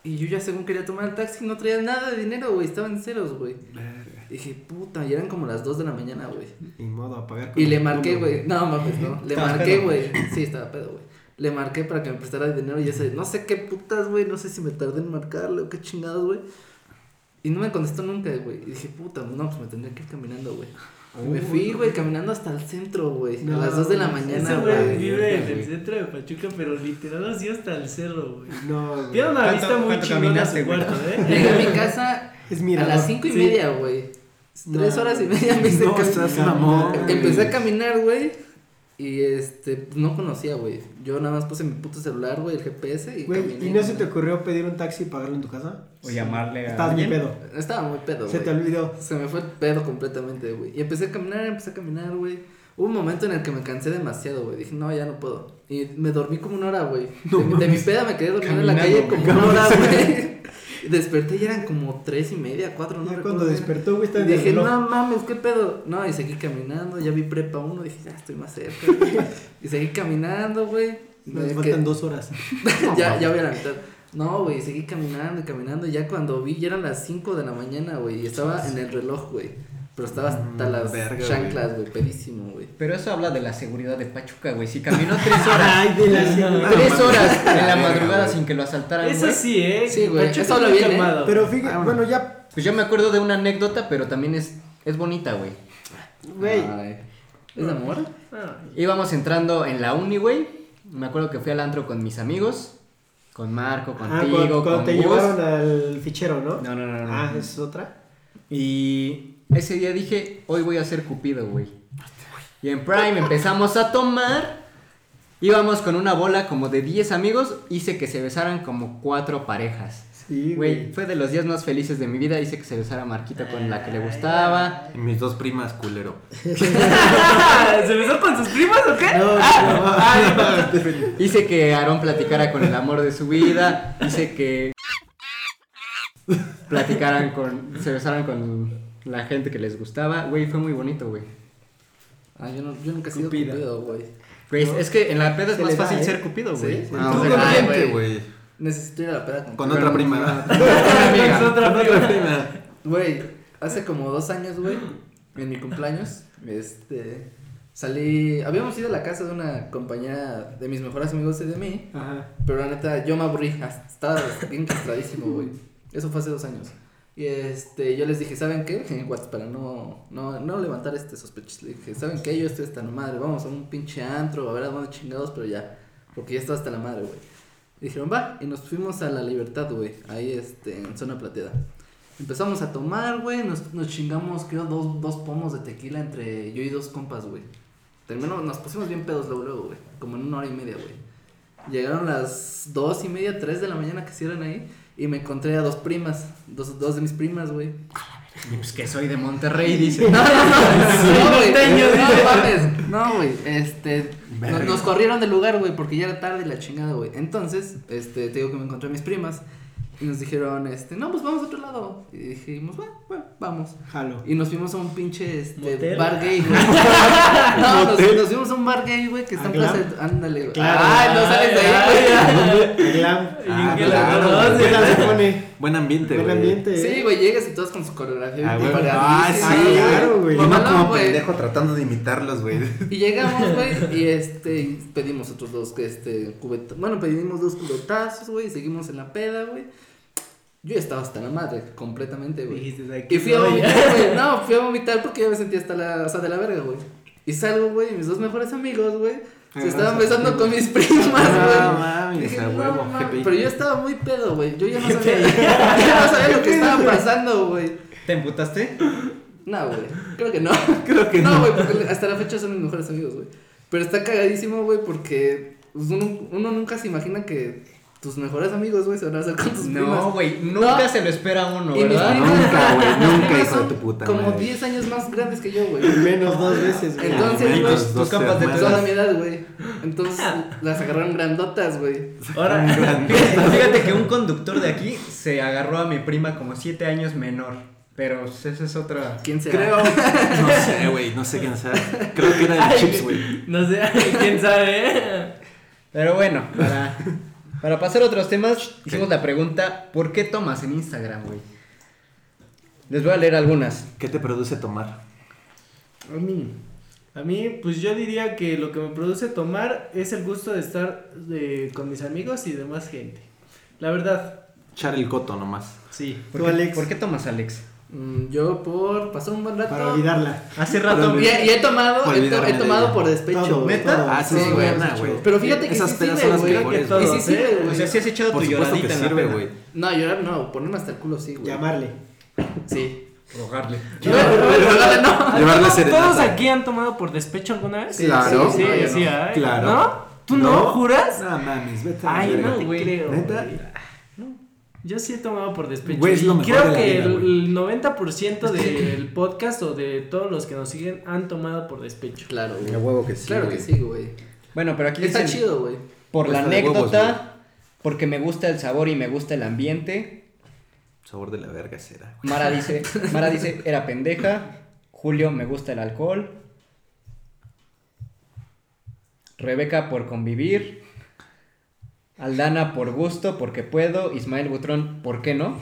Y yo ya según quería tomar el taxi, no traía nada de dinero, güey, estaba en ceros, güey. Dije, puta, y eran como las 2 de la mañana, güey.
Ni modo, a pagar. con
Y le
el
marqué,
culo,
güey. No, mames,
[laughs]
no. Le
Estaba
marqué,
pedo.
güey. Sí, estaba pedo, güey. Le marqué para que me prestara dinero y ese, no sé qué putas, güey. No sé si me tardé en marcarle o qué chingados, güey. Y no me contestó nunca, güey. Y dije, puta, no, pues me tendría que ir caminando, güey. Y me fui, güey, caminando hasta el centro, güey.
No,
a las 2 de la
ese
mañana,
Ese güey
güey.
vive en el centro de Pachuca, pero literal así hasta el cerro, güey.
No, güey.
Tiene una
¿Cuánto-
vista muy
cuánto
chingona a
caminaste,
su
güey?
cuarto, ¿eh?
Llegué a mi casa
Es
a
mirador.
las 5 y
Sí.
media, güey.
[laughs]
Tres
No.
horas y media me hice
No,
caminar.
estás mamón.
Empecé a caminar, güey. Y este, no conocía, güey. Yo nada más puse mi puto celular, güey, el GPS y
Güey,
caminé.
¿y no se te ocurrió pedir un taxi y pagarlo en tu casa?
O llamarle a.
Estás mi
alguien.
pedo.
Estaba muy pedo,
Se te
güey.
olvidó.
Se me fue el pedo completamente, güey. Y empecé a caminar, empecé a caminar, güey. Hubo un momento en el que me cansé demasiado, güey. Dije, no, ya no puedo. Y me dormí como una
[laughs]
hora, güey. de, mi- de mi peda me quedé dormido en la calle
Caminando,
como una hora, güey.
[laughs]
[laughs] Y Desperté y eran como tres y media, cuatro, no
Ya
recuerdo
cuando
bien.
despertó, güey,
Y
estaba en el
dije,
reloj.
no mames, qué pedo. No, y seguí caminando, ya vi prepa uno, dije, ya estoy más cerca. [laughs] güey. y seguí caminando, güey.
Nos
Me
faltan
qued-
dos horas. [laughs]
[laughs] ya, ya voy a la mitad. No, güey, seguí caminando y caminando. y Ya cuando vi, ya eran las 5 de la mañana, güey. Y estaba en el reloj, güey. Pero estaba hasta
Mm,
las
verga, güey.
chanclas, güey, pedísimo, güey.
Pero eso habla de la seguridad de Pachuca, güey. Si caminó tres horas.
Ay, de la ciudad.
tres
[laughs]
horas en la
Ah, Verga,
madrugada
güey.
sin que lo asaltaran,
Eso
güey.
sí, ¿eh?
Sí, güey,
Pachuca
eso habla
muy
bien, ¿eh?
calmado.
Pero fíjate, bueno, ya.
Pues yo me acuerdo de una anécdota, pero también es, es bonita, güey.
Güey.
Ay. ¿Es de amor?
[laughs]
Ay,
Íbamos entrando en la uni, güey. Me acuerdo que fui al antro con mis amigos. Con Marco,
Ah,
contigo,
cuando, cuando
con
te
Gus.
llevaron al fichero, ¿no?
No, no, no, no.
Ah, ¿esa es otra.
Y ese día dije, hoy voy a ser Cupido, güey. Y en Prime empezamos a tomar. Íbamos con una bola como de 10 amigos. Hice que se besaran como cuatro parejas.
Sí,
Güey, fue de los días más felices de mi vida. Hice que se besara Marquita con la que le gustaba.
Y mis dos primas, culero.
¿Se besó con sus primas o qué?
No, [laughs]
[laughs]
Hice que Aarón platicara con el amor de su vida. Hice que platicaran con. se besaran con la gente que les gustaba. Güey, fue muy bonito, güey.
Ah, yo, no, yo nunca he sido
Cupida.
cupido, güey.
Güey, es que en la peda es
Se
más
le da,
fácil
¿eh?
ser cupido, güey.
Sí.
Ah,
Tú
o sea,
con
ay,
gente,
güey.
güey.
Necesito ir a la peda con
Con otra prima, ¿verdad?
amiga.
Con otra prima.
Güey, hace como dos años, güey, en mi cumpleaños, este, salí, habíamos ido a la casa de una compañera de mis mejores amigos y de mí,
Ajá.
pero la neta, yo me aburrí, hasta- estaba bien castradísimo, güey. Eso fue hace dos años. Y este, yo les dije, ¿saben qué? [laughs] En WhatsApp, para no, no, no levantar este sospechoso. Le dije, ¿saben qué? Yo estoy hasta la madre, vamos a un pinche antro, a ver a dónde chingados, pero ya. Porque ya estaba hasta la madre, güey. Dijeron, va, y nos fuimos a la libertad, güey. Ahí, este, en zona plateada. Empezamos a tomar, güey. Nos, nos chingamos, creo, dos, dos pomos de tequila entre yo y dos compas, güey. Terminó, nos pusimos bien pedos luego, luego, güey. Como en una hora y media, güey. Llegaron las dos y media, tres de la mañana que hicieron ahí. Y me encontré a dos primas, dos, dos de mis primas, güey.
Y pues que soy de Monterrey, dice.
No, no, no, no, güey. No, mames. No, güey. Este. no-
Verga.
nos corrieron del lugar, güey, porque ya era tarde y la chingada, güey. Entonces, este, te digo que me encontré a mis primas. Y nos dijeron, este, no, pues vamos a otro lado. Y dijimos, bueno, bueno, vamos.
Jalo.
Y nos fuimos a un pinche este,
Motel.
bar gay, güey. no, nos,
Motel.
nos fuimos a un bar gay, güey, que está en
Ah, claro.
Plaza. Ándale, güey.
Claro.
Ay, no sales de ahí, güey.
Glam.
Ah,
que la
claro,
conoce.
güey.
se pone?
Buen ambiente,
Buen
güey.
ambiente.
Sí, güey, llegas y todas con su coreografía.
Ah,
y
güey. Ah,
paradísimo.
sí,
Ay,
claro, güey.
Y
Mamalón,
uno como
güey.
pendejo tratando de imitarlos, güey. [laughs]
Y llegamos, güey, y este, y pedimos otros dos, que este, cubetazos, bueno, pedimos dos cubetazos, güey, y seguimos en la peda, güey. Yo estaba hasta la madre, completamente, güey.
Dijiste, aquí
Y fui a
soy.
vomitar, güey, no, fui a vomitar porque yo me sentía hasta la, o sea, de la verga, güey. Y salgo, güey, y mis dos mejores amigos, güey, se
Agarras
estaban
a
besando
tu
con mis primas,
Ah,
güey.
mames,
Dije,
a
"No,
huevo,
mames".
GPI.
Pero yo estaba muy pedo, güey. Yo
[laughs]
ya no sabía, yo no sabía lo que estaba pasando, güey.
¿Te emputaste?
[laughs]
No, güey. Creo que no. Creo que no. No, güey, porque hasta la fecha son mis mejores amigos, güey. Pero está cagadísimo, güey, porque pues, uno, uno nunca se imagina que tus mejores amigos, güey, se van a hacer con tus
No,
primas.
güey. Nunca
No.
se lo espera uno,
Y mis
¿verdad?
primas-
Nunca,
[laughs]
güey,
mis
nunca,
primas
hijo de
son
tu puta
Como
madre.
10 años más grandes
[laughs]
que yo, güey.
Menos dos veces, güey.
Entonces,
Ah,
güey,
malditos
tus
dos
compas de tu
Toda
hermanos.
mi edad, güey. Entonces las agarraron grandotas, güey.
Ahora,
Fíjate, fíjate que un conductor de aquí se agarró a mi prima como siete años menor. Pero pues, esa es otra.
¿Quién será?
Creo. No sé, güey, no sé quién sea. Creo que era el Chips, güey.
[laughs] no sé, [laughs] quién sabe. ¿eh?
Pero bueno, para, para pasar a otros temas, hicimos la pregunta: ¿por qué tomas en Instagram, güey? Les voy a leer algunas.
¿Qué te produce tomar?
A mí.
A mí, pues yo diría que lo que me produce tomar es el gusto de estar eh, con mis amigos y demás gente. La verdad,
Echar el coto nomás.
sí.
¿Por,
Tú,
qué,
Alex.
¿Por qué tomas Alex?
Mm, yo por pasar un buen rato.
Para olvidarla.
Hace rato.
Y, he- y he tomado,
Por
he, to-
olvidarme
he
de
tomado
ella.
por despecho.
Todo,
güey.
¿Neta?
todo. Ah, sí,
Sí,
güey,
güey,
nah,
sí,
güey.
Pero fíjate que
Esas
sí
pedas
sirve,
son las
güey.
mejores,
Creo que
Y
güey.
sí
Todos, ¿eh?
sirve,
O
güey.
sea, sí has echado
Por
tu
supuesto
lloradita
que
en la
sirve,
peda.
güey.
No, llorar no, ponerme hasta el culo sí, güey.
Llamarle.
[laughs]
Sí.
Rogarle.
Ah,
Llevarle
¿Todos,
serenata.
todos aquí han tomado por despecho alguna vez?
Claro.
Sí,
No, yo
sí, sí,
no.
ay.
Claro.
¿No? ¿Tú no? ¿Juras?
No mames, vete a la
Ay,
verga.
no, güey.
creo,
¿Neta?
güey. Yo sí he tomado por despecho.
Güey, es lo
y
mejor
creo
de la
que
vida,
el,
güey.
el 90% del podcast o de todos los que nos siguen han tomado por
[laughs]
despecho.
Claro, güey.
A huevo que sí,
Claro que
güey.
sí, güey.
Bueno, pero aquí
Está
dicen-
chido, güey.
Por la
Puesta de huevos,
anécdota, porque me gusta el sabor y me gusta el ambiente.
Sabor de la verga será.
Mara [laughs] dice, Mara dice, era pendeja. Julio, me gusta el alcohol. Rebeca, por convivir. Aldana, por gusto, porque puedo. Ismael Butrón, ¿por qué no?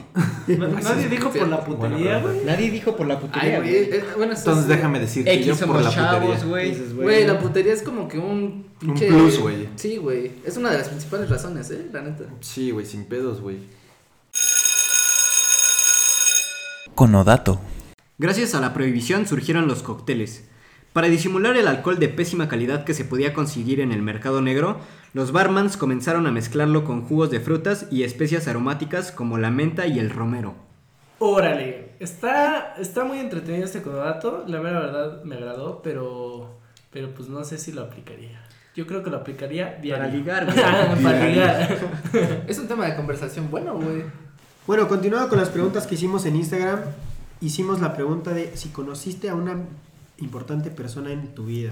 Na- Nadie dijo por la
Buena
putería,
pregunta.
güey.
Nadie dijo por la putería.
Ay, güey.
güey.
eh, Bueno, eso
Entonces
es-
déjame decir que yo
X
por la
somos chavos,
putería.
güey.
Güey, la putería es como que un pinche.
plus, güey.
Sí, güey. Es una de las principales razones, eh, la neta.
Sí, güey, sin pedos, güey.
Conodato.
Gracias a la prohibición surgieron los cócteles. Para disimular el alcohol de pésima calidad que se podía conseguir en el mercado negro, los barmans comenzaron a mezclarlo con jugos de frutas y especias aromáticas como la menta y el romero.
Órale, está, está muy entretenido este codato, la mera verdad me agradó, pero, pero pues no sé si lo aplicaría. Yo creo que lo aplicaría diario.
[laughs]
ligar, güey.
Para ligar.
Es un tema de conversación bueno, güey.
Bueno, continuando con las preguntas que hicimos en Instagram, hicimos la pregunta de si conociste a una importante persona en tu vida.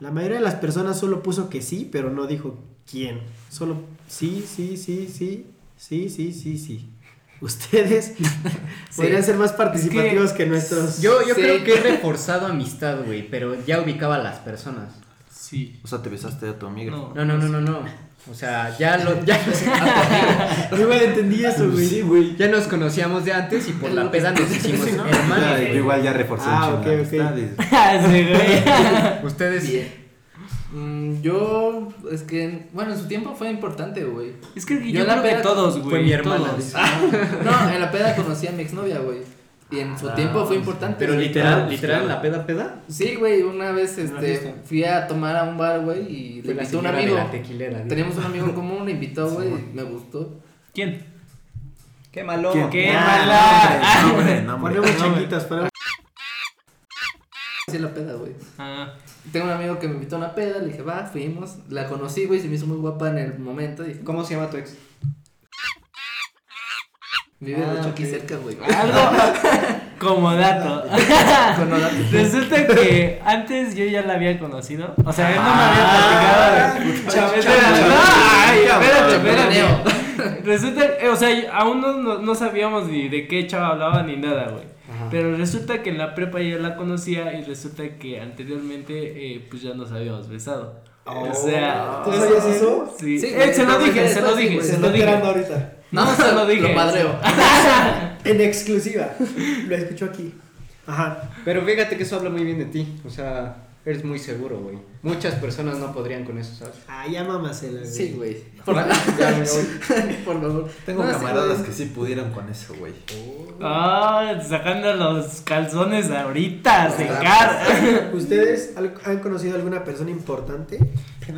La mayoría de las personas solo puso que sí, pero no dijo quién. Solo sí, sí, sí, sí, sí, sí, sí, sí. [laughs] Ustedes podrían ser más participativos que, nuestros.
Yo, yo
Sí.
creo que he reforzado amistad, güey, pero ya ubicaba a las personas.
Sí.
O sea, te besaste a tu amiga.
No.
[laughs]
[laughs]
[laughs]
No, no, no, no, no. O sea, ya, lo, ya, [laughs]
Yo me entendí eso, güey.
ya nos conocíamos de antes y por la peda nos hicimos
Ya,
hermanos.
yo igual ya reforcé
Ah, ok,
un chingo
ok.
la amistad, dices,
Ah, sí, güey.
Ustedes,
Bien. Mm, yo, es que, bueno, en su tiempo fue importante, güey.
Es que
Yo
yo,
en la
creo que
peda-
todos, güey.
Fue mi hermana. Ah,
todos.
dice.
No, en la peda conocí a mi exnovia, güey. Y en su tiempo fue importante.
Pero
güey.
literal, literal, la peda peda.
Sí, güey, una vez
Una
este,
fiesta.
fui a tomar a un bar, güey, y le
Fue la
invitó un
señora de
amigo.
la tequilera, digo.
Teníamos un amigo en común, le invitó, güey, y me gustó.
¿Quién?
Qué malo.
¿Quién?
¡Qué
Ah,
mala!
No, hombre, no, hombre.
Ponemos changuitas, ponemos-
Hacía la peda, güey.
Ah,
Tengo un amigo que me invitó a una peda, le dije, va, fuimos. La conocí, güey, se me hizo muy guapa en el momento. Y
¿Cómo se llama tu ex?
vive
Ah,
de hecho aquí
ok.
cerca, güey.
algo [laughs] como
[laughs]
dato.
Con Odato.
Resulta que antes yo ya la había conocido. O sea, él no me había
Ah.
platicado de.
Chao,
Espérate,
chao,
espérate,
chao.
ay, espérate,
Chapulineo.
espérate. [laughs] Resulta, eh, o sea, yo- aún no, no, no sabíamos ni de qué chava hablaba ni nada, güey. Pero resulta que en la prepa yo la conocía y resulta que anteriormente eh, pues ya nos habíamos besado. o
Oh.
sea,
¿Tú
es-
sabías eso?
Sí,
Sí,
Eh,
güey,
se lo
lo
dije,
dije
se lo
después,
dije,
Se
güey,
se
está
lo
Pues enterando
dije.
ahorita.
No,
No, se lo dije.
Lo madreo.
En exclusiva. Lo escuchó aquí. Ajá.
Pero fíjate que eso habla muy bien de ti. O sea, eres muy seguro, güey. Muchas personas no podrían con eso, ¿sabes?
Ah, ya mamacela, güey.
[laughs] Sí, güey. Por,
Bueno, ya me voy.
por favor.
Tengo
No, sí,
camaradas
güey.
que sí pudieron con eso, güey.
Ah, sacando los calzones ahorita,
Los
secar.
¿Ustedes al- han conocido a alguna persona importante?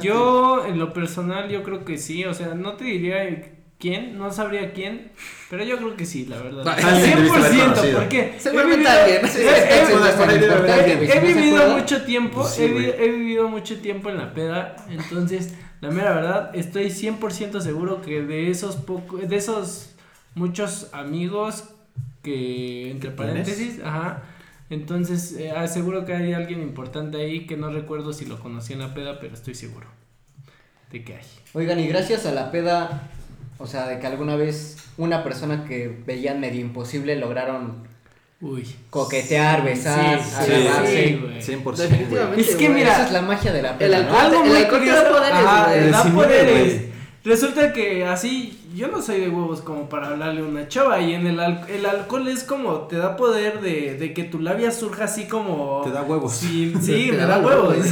Yo, en lo personal, yo creo que sí. O sea, no te diría quién, no sabría quién, pero yo creo que sí, la
[laughs]
verdad.
Al
Al
100%
100%,
conocido.
porque. he
Seguramente
vivido-
alguien.
he- he-
Sí,
por ahí
sí, sí,
debe haber
importante,
He,
güey.
he
Si no se
vivido
acuerda,
mucho tiempo,
Pues sí,
he,
güey.
vi- he vivido mucho tiempo en la peda, entonces la mera verdad estoy 100% seguro que de esos pocos, de esos muchos amigos que entre paréntesis, ajá, entonces eh, aseguro que hay alguien importante ahí que no recuerdo si lo conocí en la peda, pero estoy seguro de que hay.
Oigan, y gracias a la peda, o sea, de que alguna vez una persona que veían medio imposible lograron
Uy.
coquetear, besar,
Ah, Sí,
sí,
agarrarse.
sí, güey.
100%.
Definitivamente.
Es que
güey.
mira,
Esa es la magia de la
El
peda, ¿no?
alcohol,
Algo
te- el
muy
alcohol te da
curioso.
poderes,
Ajá,
güey.
te da
Sí, güey.
poderes. Resulta que así, yo no soy de huevos como para hablarle a una chava. Y en el, al- el alcohol es como, te da poder de, de que tu labia surja así como.
Te da huevos. [laughs]
Sí, sí,
Te
me
da
da
valor,
huevos.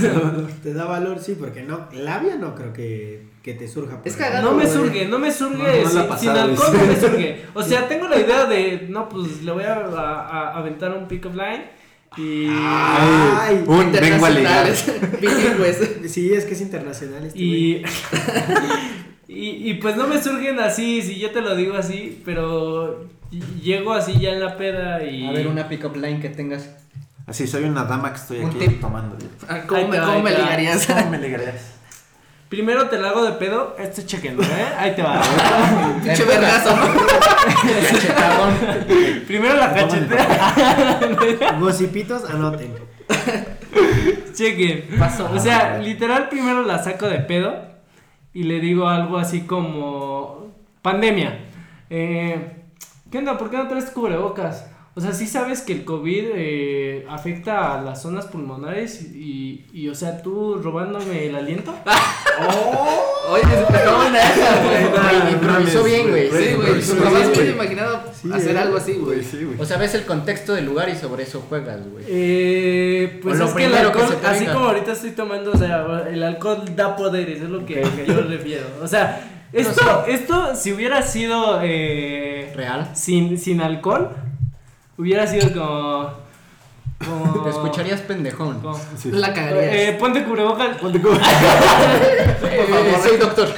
Te da valor, sí, porque no. Labia no creo que, que te surja. por
Es
ahí.
No
cagado.
me
güey.
surge, no me surge
No, no la
sin,
ha
sin
pasado,
alcohol,
dice.
no me surge. O sea, tengo la idea de, no, pues le voy a, a- a aventar un pick-up line y,
Ah,
Ay,
un vengo a ligar.
Internacionales. [laughs] Bilingües.
Sí, es que es internacional este güey.
Y, [laughs] y, y, pues no me surgen así, si yo te lo digo así, pero ll- llego así ya en la peda y...
A ver, una pick-up line que tengas.
Así, soy una dama que estoy
Un
aquí
tip.
tomando.
Ah, ¿Cómo
Ahí
me,
te va,
cómo
ahí
me
te va.
ligarías?
¿Cómo me alegrarías?
Primero te la hago de pedo, esto chequenlo, ¿eh? Ahí te va.
[laughs]
Pinche vergazo.
Cachetadón.
Primero la cachetea,
Gocipitos, anoten.
chequen. O sea, literal primero la saco de pedo y le digo algo así como... Pandemia. Eh, ¿Qué onda? ¿Por qué no traes cubrebocas? O sea, sí sabes que el COVID eh, afecta a las zonas pulmonares y, y, o sea, tú robándome el aliento.
Oye, está buena esa, güey.
Güey, Improvisó bien, güey.
Sí, güey.
Sí,
Jamás me
güey.
hubiera imaginado hacer algo así, güey.
Sí, güey.
O sea, ves el contexto del lugar y sobre eso juegas, güey.
Eh, pues
O lo
es que el
primero que
alcohol,
se te
así
venga.
como ahorita estoy tomando, o sea, el alcohol da poderes, es lo que, que yo refiero. O sea, esto, esto si hubiera sido eh,
Real.
sin, sin alcohol, hubiera sido como... como-
Te escucharías pendejón.
como-
La
eh,
cagarías.
ponte cubrebocas.
Por favor, eh, soy doctor.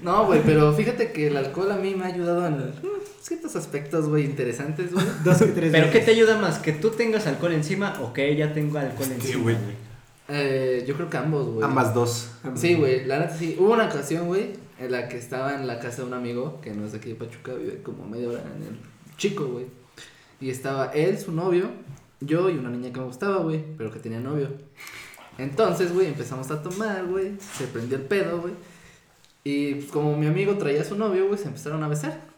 No, güey, pero fíjate que el alcohol a mí me ha ayudado en mm, ciertos aspectos, güey, interesantes, güey.
Dos que tres.
Pero ¿qué
veces.
te ayuda más? ¿Que tú tengas alcohol encima o que ella tenga alcohol
Sí,
encima?
güey.
güey?
Eh, yo creo que ambos, güey.
Ambas dos.
Sí, güey, la neta sí. Hubo una ocasión, güey, en la que estaba en la casa de un amigo que no es de aquí de Pachuca, vive como media hora en el chico, güey. Y estaba él, su novio, yo y una niña que me gustaba, güey, pero que tenía novio. Entonces, güey, empezamos a tomar, güey, se prendió el pedo, güey. Y pues, como mi amigo traía a su novio, güey, se empezaron a besar.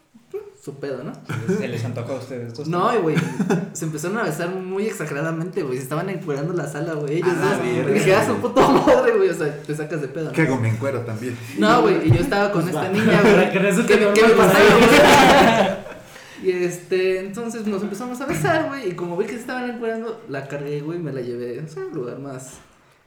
Su pedo, ¿no?
Se les antojó a ustedes dos.
No, güey. Se empezaron a besar muy exageradamente, güey. Se estaban encuerando la sala, güey. Ellos
Ah,
dos.
mierda.
Y Dije, a su puta madre, güey. O sea, te sacas de pedo. ¿no?
¿Qué hago? Me encuero también.
No, güey, y yo estaba con esta niña, güey.
Que resulte
que,
normal
que me
para
gustaba, güey. [laughs] Y este, entonces nos empezamos a besar, güey. Y como vi que se estaban encuerando, la cargué, güey, y me la llevé o sea, a un lugar más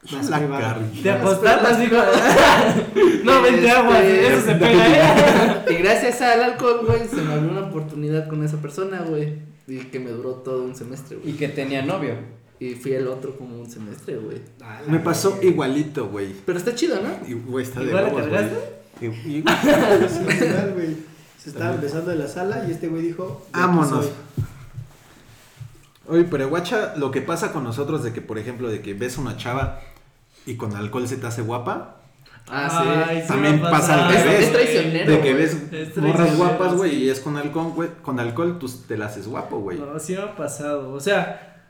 Más
La
privado.
Carrie.
De apostar así
[laughs]
como- [laughs] No, vente agua,
Este,
eso se pega, ¿eh?
Y gracias al alcohol, güey, se me abrió una oportunidad con esa persona, güey. Y que me duró todo un semestre,
Y
güey.
que tenía novio.
Y fui el otro como un semestre, güey.
Me pasó igualito, güey.
Pero está chido, ¿no?
Y, güey, está de
¿Igual la
huevos, güey. Y- y-
Sí, igual, güey. Se estaban besando en la sala y este güey dijo: "De aquí
Vámonos.
soy".
pues,
Oye, pero guacha, lo que pasa con nosotros de que, por ejemplo, de que ves a una chava y con alcohol se te hace guapa,
Ah, sí.
Ay, sí
También
me ha
pasa al
pasado,
revés.
güey.
Es traicionero.
de que
güey.
ves
Es
morras
traicionero,
guapas, güey,
sí.
y es con alcohol, güey, con alcohol, tú te la haces guapo, güey.
No, sí me ha pasado. O sea,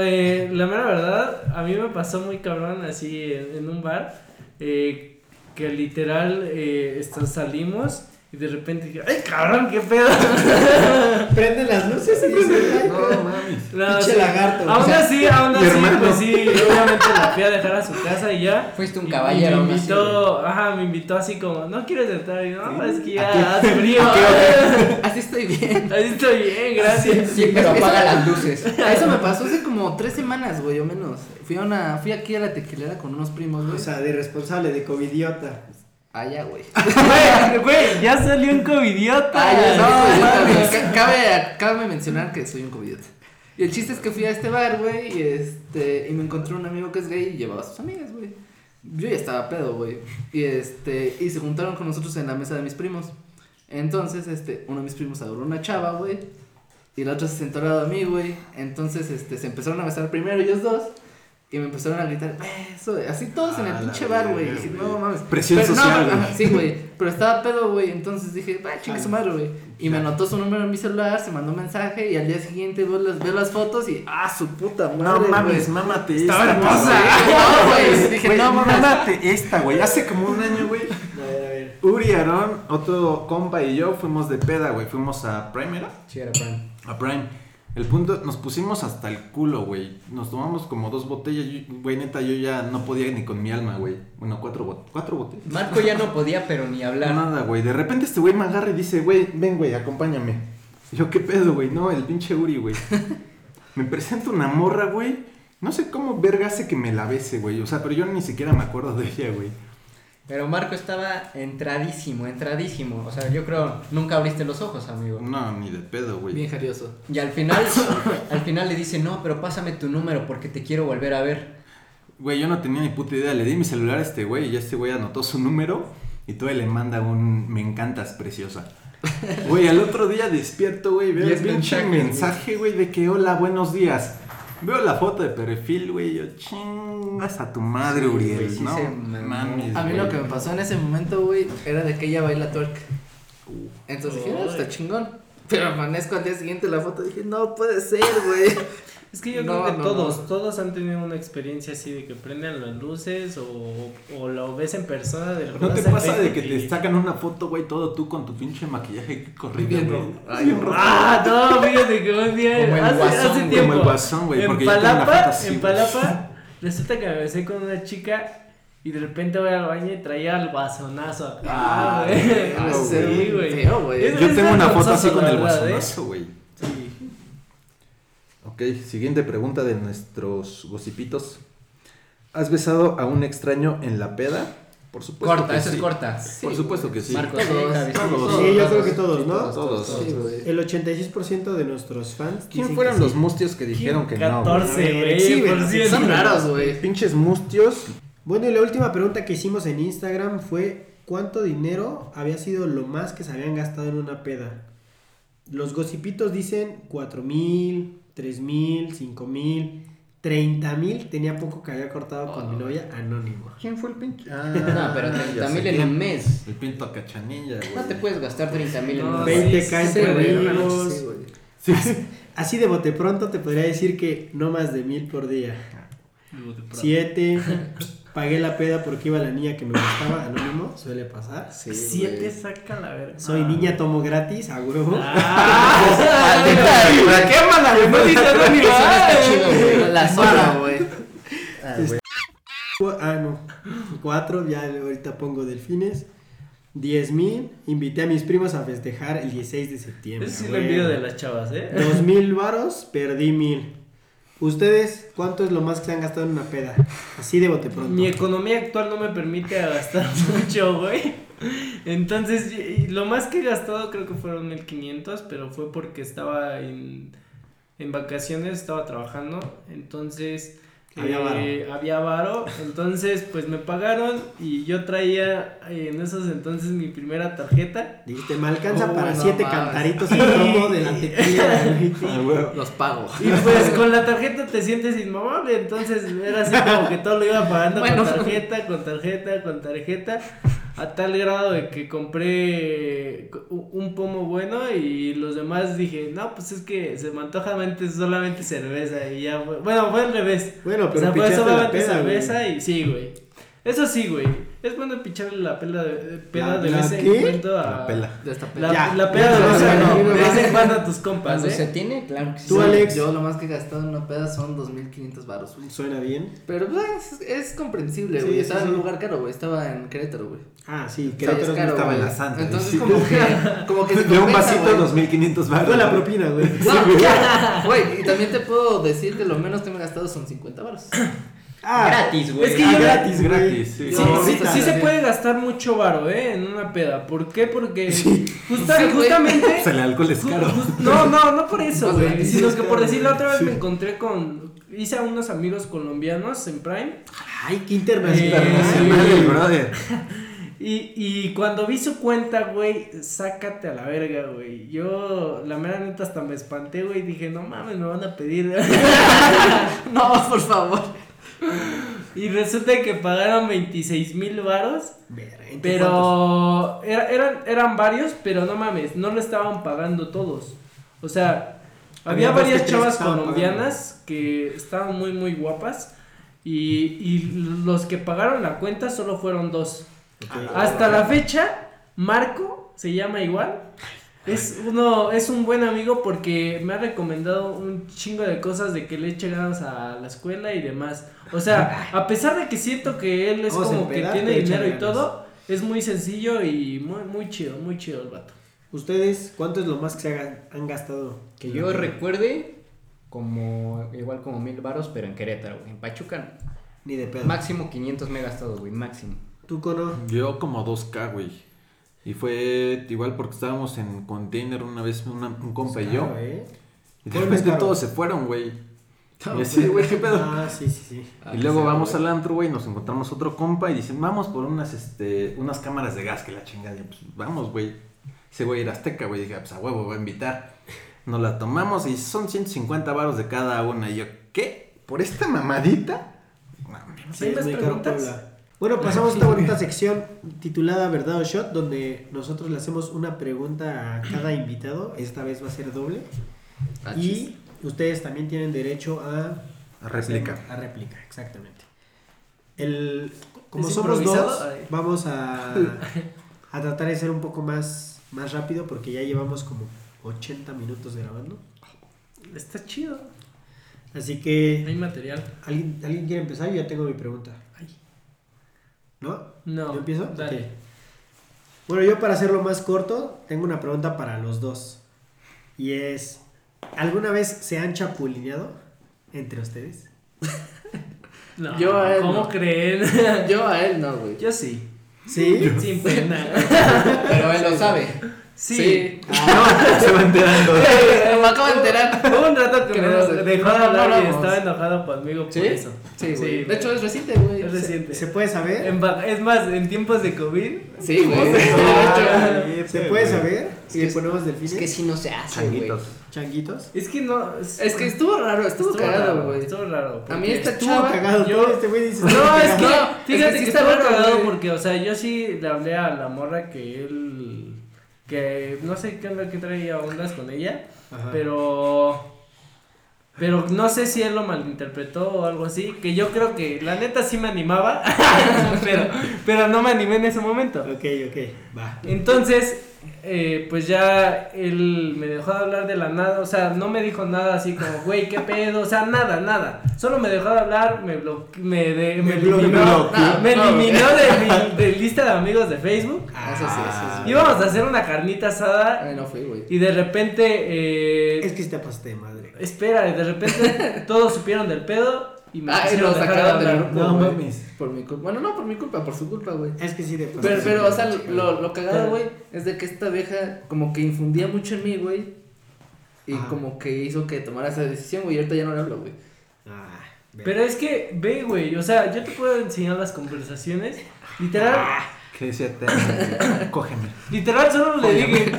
eh, la mera verdad, a mí me pasó muy cabrón así en, en un bar. eh, que literal eh, está- salimos y de repente dije, ¡ay cabrón, qué pedo! [laughs]
Prende las luces y dice: "Ay,
No mames.
No,
Pinche
sí.
lagarto,
Ah.
güey. O
Aún
sea,
así, aún
mi
así,
hermano.
pues sí, obviamente la fui a dejar a su casa y ya.
Fuiste un
Y- y
caballero,
Me
más,
invitó, ajá, me invitó así como, ¿no quieres entrar? Y yo, no, es que
Aquí-
ya hace frío. [laughs]
Así estoy bien.
Ahí estoy bien, gracias.
Sí, pero apaga las luces.
[laughs] Eso me pasó hace como tres semanas, güey, o menos. Fui a una, fui aquí a la tequilera con unos primos,
O
güey.
sea, de irresponsable, de covidiota.
allá, güey.
Güey, güey, ya salió un covidiota.
Ay, no,
No, mames.
ca- cabe, cabe mencionar que soy un covidiota. Y el chiste es que fui a este bar, güey, y este, y me encontré un amigo que es gay y llevaba a sus amigas, güey. Yo ya estaba pedo, güey. Y este, y se juntaron con nosotros en la mesa de mis primos. Entonces, este, uno de mis primos adoró una chava, güey. Y la otra se sentó al lado de mí, güey. Entonces, este, se empezaron a besar primero ellos dos. Y me empezaron a gritar, beso, así todos en el
Ah, la
pinche bar, güey. Y
verga,
dije,
güey.
no mames.
Presión
Pero no,
social,
ajá,
güey.
Sí, güey. Pero estaba pedo, güey. Entonces dije, va, chingue su madre, güey. Y me anotó su número en mi celular, se mandó un mensaje. Y al día siguiente veo las, veo las fotos y, ah, su puta madre. güey.
mámate
Estaba hermosa.
[laughs]
No, güey. Dije,
Güey,
no mames.
mámate esta, güey. Hace como un año, güey.
A ver, a ver.
Uri, Aarón, otro compa y yo fuimos de peda, güey. Fuimos a Primera.
Sí, era Fran.
A Prime. El punto, nos pusimos hasta el culo, güey. Nos tomamos como dos botellas. yo- Güey, neta, yo ya no podía ni con mi alma, güey. Bueno, cuatro, bot- cuatro botellas.
Marco ya no podía, pero ni hablar.
Nada, güey. De repente este güey me agarra y dice, güey, ven, güey, acompáñame. Y yo, ¿qué pedo, güey? No, el pinche Uri, güey. me presenta una morra, güey. No sé cómo verga hace que me la bese, güey. O sea, pero yo ni siquiera me acuerdo de ella, güey.
Pero Marco estaba entradísimo, entradísimo. O sea, yo creo, nunca abriste los ojos, amigo.
No, ni de pedo, güey.
Bien jarioso.
Y al
[coughs]
final, al final le dice, no, pero pásame tu número porque te quiero volver a ver.
Güey, yo no tenía ni puta idea. Le di mi celular a este güey y este güey anotó su número y todavía le manda un me encantas, preciosa. Güey, al otro día despierto, güey, veo el
Diez
pinche
mensajes,
mensaje, güey, de que hola, buenos días. Veo la foto de perfil, güey, yo chingas a tu madre,
Sí,
Uriel,
güey, sí
no
se mamó.
mames,
A mí
güey.
lo que me pasó en ese momento, güey, era de que ella baila twerk. Entonces dije, ah, está chingón. Pero amanezco al día siguiente la foto y dije, no puede ser, güey.
Es que yo
No,
creo que
no,
todos,
no.
todos han tenido una experiencia así de que prenden las luces o, o lo ves en persona. De
¿No te pasa de que te sacan una foto, güey, todo tú con tu pinche maquillaje corrido,
Bien
güey?
rojo.
Ay, bien rojo.
Ah, no, fíjate que un día
Como el
hace,
guasón,
hace
güey, como
tiempo.
el guasón, güey,
En
porque yo tengo una
Palapa,
foto así,
en
güey.
Palapa, resulta que me besé con una chica y de repente voy al baño y traía al guasonazo acá,
Ah,
güey. [laughs]
ah,
Sí,
sí,
güey.
feo, güey.
Es-
Yo
es
tengo una foto
vergonzoso,
así con
la
el
verdad, ¿eh?
guasonazo, güey.
Sí.
Ok, siguiente pregunta de nuestros gocipitos. ¿Has besado a un extraño en la peda? Por supuesto
corta,
que
eso
sí.
es corta.
Por
Pues Sí,
supuesto que sí.
Marco,
Todos,
sí, Javi, sí,
todos.
Sí, yo creo que todos, ¿no?
Todos.
Sí, güey.
El 86% de nuestros fans.
¿Quién
dicen
fueron
que
los
sí.
mustios que dijeron que no? güey?
14, güey.
Sí,
por
güey,
ciento.
Son raros, güey.
Pinches mustios.
Bueno, y la última pregunta que hicimos en Instagram fue: ¿Cuánto dinero había sido lo más que se habían gastado en una peda? Los gocipitos dicen 4 mil, 3 mil, 5 mil, 30 mil. Tenía poco que había cortado con mi novia anónimo.
¿Quién fue el pinche? Ah,
No, pero 30 mil en un mes.
El pinto cachanilla, güey.
No te puedes gastar 30 mil en
No,
un mes.
20
sí,
k
sí,
entre
güey, una
amigos.
Sí, güey.
Sí.
Así de bote pronto te podría decir que no más de mil por día.
[laughs]
Siete. Pagué la peda porque iba la niña que me gustaba, anónimo, suele pasar.
Sí,
Siete
güey.
saca la verga.
Soy niña, tomo gratis, a huevo.
[laughs] Ah,
¡Quémala, güey!
no dice Anónimo,
Está
ay.
chido, güey. La zona, güey.
Cu- Ah, no. Cuatro, ya ahorita pongo delfines. Diez mil. Invité a mis primos a festejar el 16 de septiembre.
Eso sí lo
güey.
envío de las chavas, ¿eh?
Dos mil varos, perdí mil. ¿Ustedes cuánto es lo más que se han gastado en una peda? Así de bote pronto.
Mi economía actual no me permite gastar [laughs] mucho, güey. Entonces, y- y lo más que he gastado creo que fueron 1500, pero fue porque estaba en, en vacaciones, estaba trabajando. Entonces,
Había
eh, había varo. Entonces, pues me pagaron y yo traía eh, en esos entonces mi primera tarjeta.
Dijiste, me alcanza
Oh,
para
no
siete
mames.
cantaritos en romo de la tequila,
[laughs]
güey.
Ah,
Los pago.
Y pues con la tarjeta te sientes inmamable, entonces era así como que todo lo iba pagando
Bueno.
con tarjeta, con tarjeta, con tarjeta, a tal grado de que compré u- un pomo bueno y los demás dije, no, pues es que se me antoja mente- solamente cerveza y ya fue. Bueno, fue al revés.
Bueno,
O
pero
sea, fue
pichaste la
solamente
peda, güey.
cerveza y sí, güey. Eso sí, güey. Es bueno picharle la pela de, peda
¿La-
de
la
vez
qué?
en cuando a...
La pela.
Ya está
La,
Ya.
la peda de
Ya,
vez en-
ya, ya,
de
ya.
vez en cuando a tus compas,
Cuando
¿eh?
se tiene, claro que sí.
Tú, Alex.
Yo lo más que he gastado en una peda son 2.500 baros, güey.
¿Suena bien?
Pero pues, es, es comprensible,
Sí,
güey.
sí,
estaba en
sí.
un lugar caro, güey. Estaba en Querétaro, güey.
Ah, sí,
O sea,
creo
es
que
caro,
estaba en
güey.
la santa,
Entonces,
sí.
como que.
[laughs]
Como que se
De un
compensa,
vasito
güey.
2500
[laughs]
baros.
Fue la propina, güey.
No, ya, Güey, y también te puedo decir que lo menos que me he gastado son 50 baros.
Gratis, güey.
Es que
ah,
yo-
gratis,
gratis,
gratis.
sí.
Yo-
Sí,
No,
sí,
ahorita.
sí se
Sí.
puede gastar mucho varo, ¿eh? En una peda. ¿Por qué? Porque justa-
[laughs] Sí, güey. [laughs]
justamente...
O sea, el alcohol es
ju-
caro.
ju- no, no, no por eso,
Los
güey.
veintiséis,
Sino que por
claro,
decirlo otra vez
sí.
me encontré con... Hice a unos amigos colombianos en Prime.
Ay, qué internacional.
Internacional, el brother.
Y, y cuando vi su cuenta, güey, sácate a la verga, güey. Yo, la mera neta, hasta me espanté, güey. Dije, no mames, me van a pedir.
[laughs] No, por favor.
y resulta que pagaron 26 mil varos.
Verga, ¿en qué cuántos?
Pero era- eran, eran varios, pero no mames, no lo estaban pagando todos. O sea,
Había
había,
dos que
varias
tres
chavas
que estaban
colombianas que estaban muy, muy guapas. Y, y los que pagaron la cuenta solo fueron dos. Hasta la fecha, Marco se llama igual. Es uno, es un buen amigo porque me ha recomendado un chingo de cosas de que le eche ganas a la escuela y demás. O sea, a pesar de que siento que él es
Vamos a
como que
empedar,
tiene
pero echa
dinero y
ganas.
todo, es muy sencillo y muy, muy chido, muy chido el vato.
¿Ustedes cuánto es lo más que se hagan- han gastado?
Que yo recuerde, como igual como mil varos, pero en Querétaro, güey. En Pachuca,
Ni de pedo.
máximo 500 me he gastado, güey, máximo.
¿Tú, Cono?
Yo como 2K, güey. Y fue igual porque estábamos en container una vez, una- un compa y yo.
Claro, ¿eh?
Y de
Caro,
repente
caro.
todos se fueron, güey. Y así, güey, qué pedo.
Ah, sí, sí, sí.
pues. Ah,
Y luego
sí,
vamos
güey.
al antro, güey, nos encontramos otro compa y dicen, vamos por unas, este, unas cámaras de gas, que la chingada. Y yo, pues, vamos, güey. Ese güey era azteca, güey. Dije, "Ah, pues a huevo, va a invitar. Nos la tomamos y son 150 varos de cada una. Y yo, ¿qué? ¿Por esta mamadita? No, mames.
Sí,
¿Siempre
es muy caro
preguntas?
Puebla. Bueno, pasamos a esta bonita sección titulada Verdad o Shot, donde nosotros le hacemos una pregunta a cada invitado. Esta vez va a ser doble.
Ah, chis.
Y ustedes también tienen derecho a
A réplica.
A réplica, exactamente. El, como
¿Es
somos
improvisado?
dos,
Ay.
vamos
[laughs]
a, a tratar de ser un poco más, más rápido porque ya llevamos como 80 minutos grabando.
Está chido.
Así que,
Hay material.
¿alguien, ¿alguien quiere empezar? Yo ya tengo mi pregunta.
Ay.
¿No?
No.
¿Yo empiezo?
Dale.
Ok. Bueno, yo para hacerlo más corto, tengo una pregunta para los dos. Y es, ¿alguna vez se han chapulineado entre ustedes?
No,
Yo a él
¿Cómo
no.
creen?
Yo a él no,
[laughs]
güey.
Yo sí.
¿Sí?
[laughs] Sin pena.
Pero él lo sabe.
[laughs]
Sí.
Se va enterando.
[laughs] Me acabo de enterar.
Hubo un rato que
Que
me
no nos-
dejó
no,
de
no
hablar y
hablamos.
estaba enojado conmigo por eso. Sí,
Sí, güey.
güey.
De hecho, es reciente, güey.
Es
Sí,
reciente.
¿Se puede saber?
En va- es más, en tiempos de COVID.
Sí,
[laughs]
güey.
Ah,
De hecho,
¿Se puede saber?
Es
Si
que
le ponemos delfines.
Es que si no se hace, güey.
Changuitos.
¿Changuitos?
Es que no.
Es que estuvo raro, estuvo,
raro,
cagado, güey.
Estuvo raro.
A mí
porque-
esta
Estuvo
chava.
cagado.
yo-
todo Este güey dice,
[laughs] No, es que.
No, es que
fíjate
sí
que,
está
estuvo
raro,
cagado
güey.
porque, o sea, yo sí le hablé a la morra que él. Que no sé qué onda que traía ondas con ella.
Ajá.
Pero. Pero no sé si él lo malinterpretó o algo así. Que yo creo que la neta sí me animaba. [laughs] pero, pero no me animé en ese momento.
Ok, ok, va.
Entonces, eh, pues ya él me dejó de hablar de la nada, o sea, no me dijo nada así como, güey, qué pedo, o sea, nada, nada. Solo me dejó de hablar, me bloque- me, de- me
Me bloqueó.
eliminó,
No,
me
no,
eliminó de mi de lista de amigos de Facebook.
Ah, eso sí, eso sí.
Íbamos a hacer una carnita asada
Ay, no fui, güey.
y de repente, eh,
Es que si te pasaste de madre.
espera, de repente todos supieron del pedo y me
Ah, y
quisieron
lo
dejar
sacaron del
hablar.
grupo.
No
güey.
mames.
Por mi culpa. Bueno, no por mi culpa, por su culpa, güey.
Es que sí, de pronto
Pero,
sí,
pero, o sea,
pinche
lo, lo cagado,
Pero-
güey, es de que esta vieja como que infundía mucho en mí, güey. Y
Ajá.
como que hizo que tomara esa decisión, güey. Y ahorita ya no le hablo, güey.
Ah, ve.
Pero es que, ve, güey, o sea, yo te puedo enseñar las conversaciones. Literal,
Que decía, cógeme.
literal solo le dije.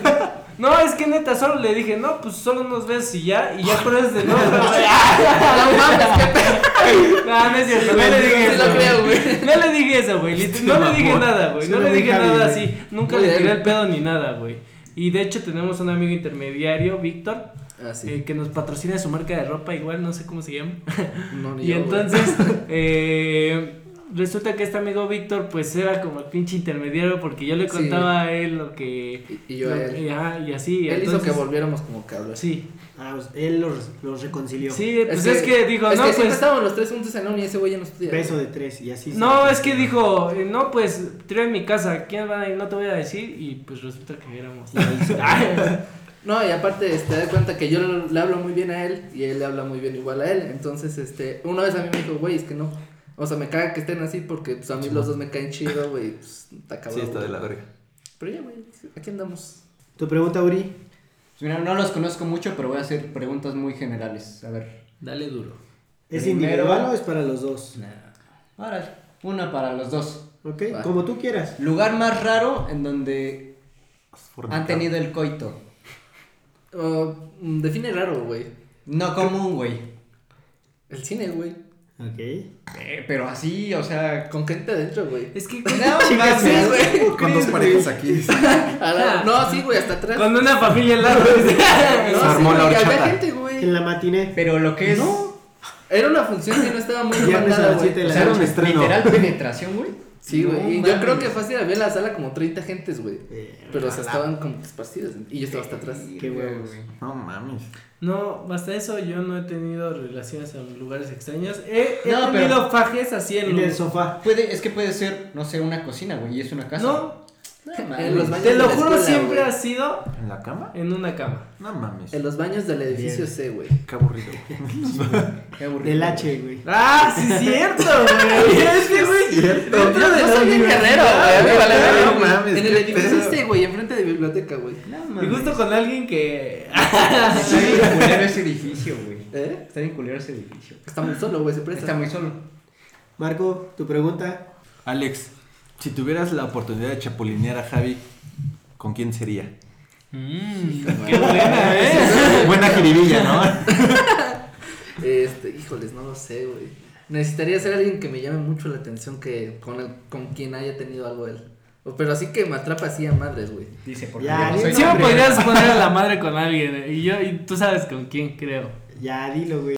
No, es que neta, solo le dije, no, pues solo unos besos y ya, y ya por eso
[laughs]
de no. No [laughs] no es cierto, no le dije
Sí lo
eso.
creo, güey.
No le dije eso, güey. lit-
Este
No le dije
mamón.
nada, güey.
Sí
No
lo
le dije
dije a mí,
nada
güey.
así. Nunca
Muy
le
bien.
tiré el pedo ni nada, güey. Y de hecho tenemos un amigo intermediario, Víctor,
Ah, sí.
eh, que nos patrocina su marca de ropa, igual no sé cómo se llama.
No, ni
Y
yo, güey. [laughs]
entonces, eh, resulta que este amigo Víctor, pues era como el pinche intermediario, porque yo le
Sí.
contaba a él lo que.
Y, y yo a
lo-
él.
y ajá, y así.
él hizo
entonces-
que volviéramos como que a hablar.
Sí,
Ah, pues, él los, los reconcilió.
sí, pues es que, digo,
es
no,
que siempre
pues.
estábamos los tres juntos en la uni y ese güey ya no estudia.
Beso
güey.
de tres y así. se-
No, es que dijo, eh, no, pues, tiro en mi casa, ¿quién va a ir? No te voy a decir, y pues resulta que
[laughs]
éramos.
No, y aparte, este, da cuenta que yo le, le hablo muy bien a él y él le habla muy bien igual a él. Entonces, este, una vez a mí me dijo, güey, es que no. O sea, me caga que estén así porque pues, a mí los dos me caen chido, güey. Pues, está cabrón.
Sí, está de
güey.
la verga.
Pero ya, güey, aquí andamos.
Tu pregunta, Uri.
Pues mira, no los conozco mucho, pero voy a hacer preguntas muy generales. A ver.
Dale duro.
¿Es
Primero-
individual o es para los dos?
Ahora, una para los dos.
Ok,
Va.
como tú quieras.
Lugar más raro en donde han
Fornicado.
tenido el coito.
Ah, mm, define raro, güey.
No común, güey.
El
[laughs]
cine, güey.
Ok.
Eh, pero así, o sea.
Con gente adentro, güey. [laughs]
Es que.
No mames, güey.
Con dos parejas aquí.
A Ah, la- No, sí, güey, hasta atrás.
Con una familia al lado. [laughs]
No,
Se
sí,
armó la
güey, había
horchata.
gente, güey.
En la matiné.
Pero lo que es.
Era una función que no estaba muy
Viernes a
demandada,
las
güey.
siete de
o
la
sea,
Era un estreno.
literal penetración, güey.
Sí,
No
güey. y yo
mames.
creo que fácil había en la sala como 30 gentes, güey.
Eh,
Pero o sea, estaban como que esparcidas. Y yo estaba hasta atrás.
Qué huevos.
No mames.
No, hasta eso yo no he tenido relaciones en lugares extraños. He, he
No, pero-
tenido fajes así en,
En el
lu-
sofá.
Puede, es que puede ser, no sé, una cocina, güey, y es una casa.
No,
No mames.
En los baños
te
de
lo
la
juro,
escuela,
siempre
güey.
ha sido
¿En la cama?
en una cama.
No mames.
En los baños del edificio C, güey.
Qué aburrido.
Qué aburrido.
Del H, güey.
Ah, [laughs] sí, cierto, güey. Es que, güey. Dentro de
Yo
la
soy bien guerrero, güey. a mí me vale
No
verga, güey.
mames,
En el
qué
edificio
pedo.
C, güey, enfrente de biblioteca, güey.
No
Y
mames.
justo con alguien [laughs] que.
Está bien culero ese edificio, güey.
¿Eh?
Está bien culero ese edificio.
Está muy solo, güey, se presta.
Está muy solo.
Marco, tu pregunta.
Alex, si tuvieras la oportunidad de chapulinear a Javi, ¿con quién [laughs] sería?
Qué [laughs] buena, ¿eh?
Buena jiribilla, ¿no?
Este, híjoles, no lo sé, güey. Necesitaría ser alguien que me llame mucho la atención que con, el, con quien haya tenido algo él. O- Pero así que me atrapa así a madres, güey.
Dice, porque
Ya,
yo no
ni
soy
no,
Sí me
hombre.
podrías poner a la madre con alguien. eh, Y yo, y tú sabes con quién, creo.
Ya, dilo, güey.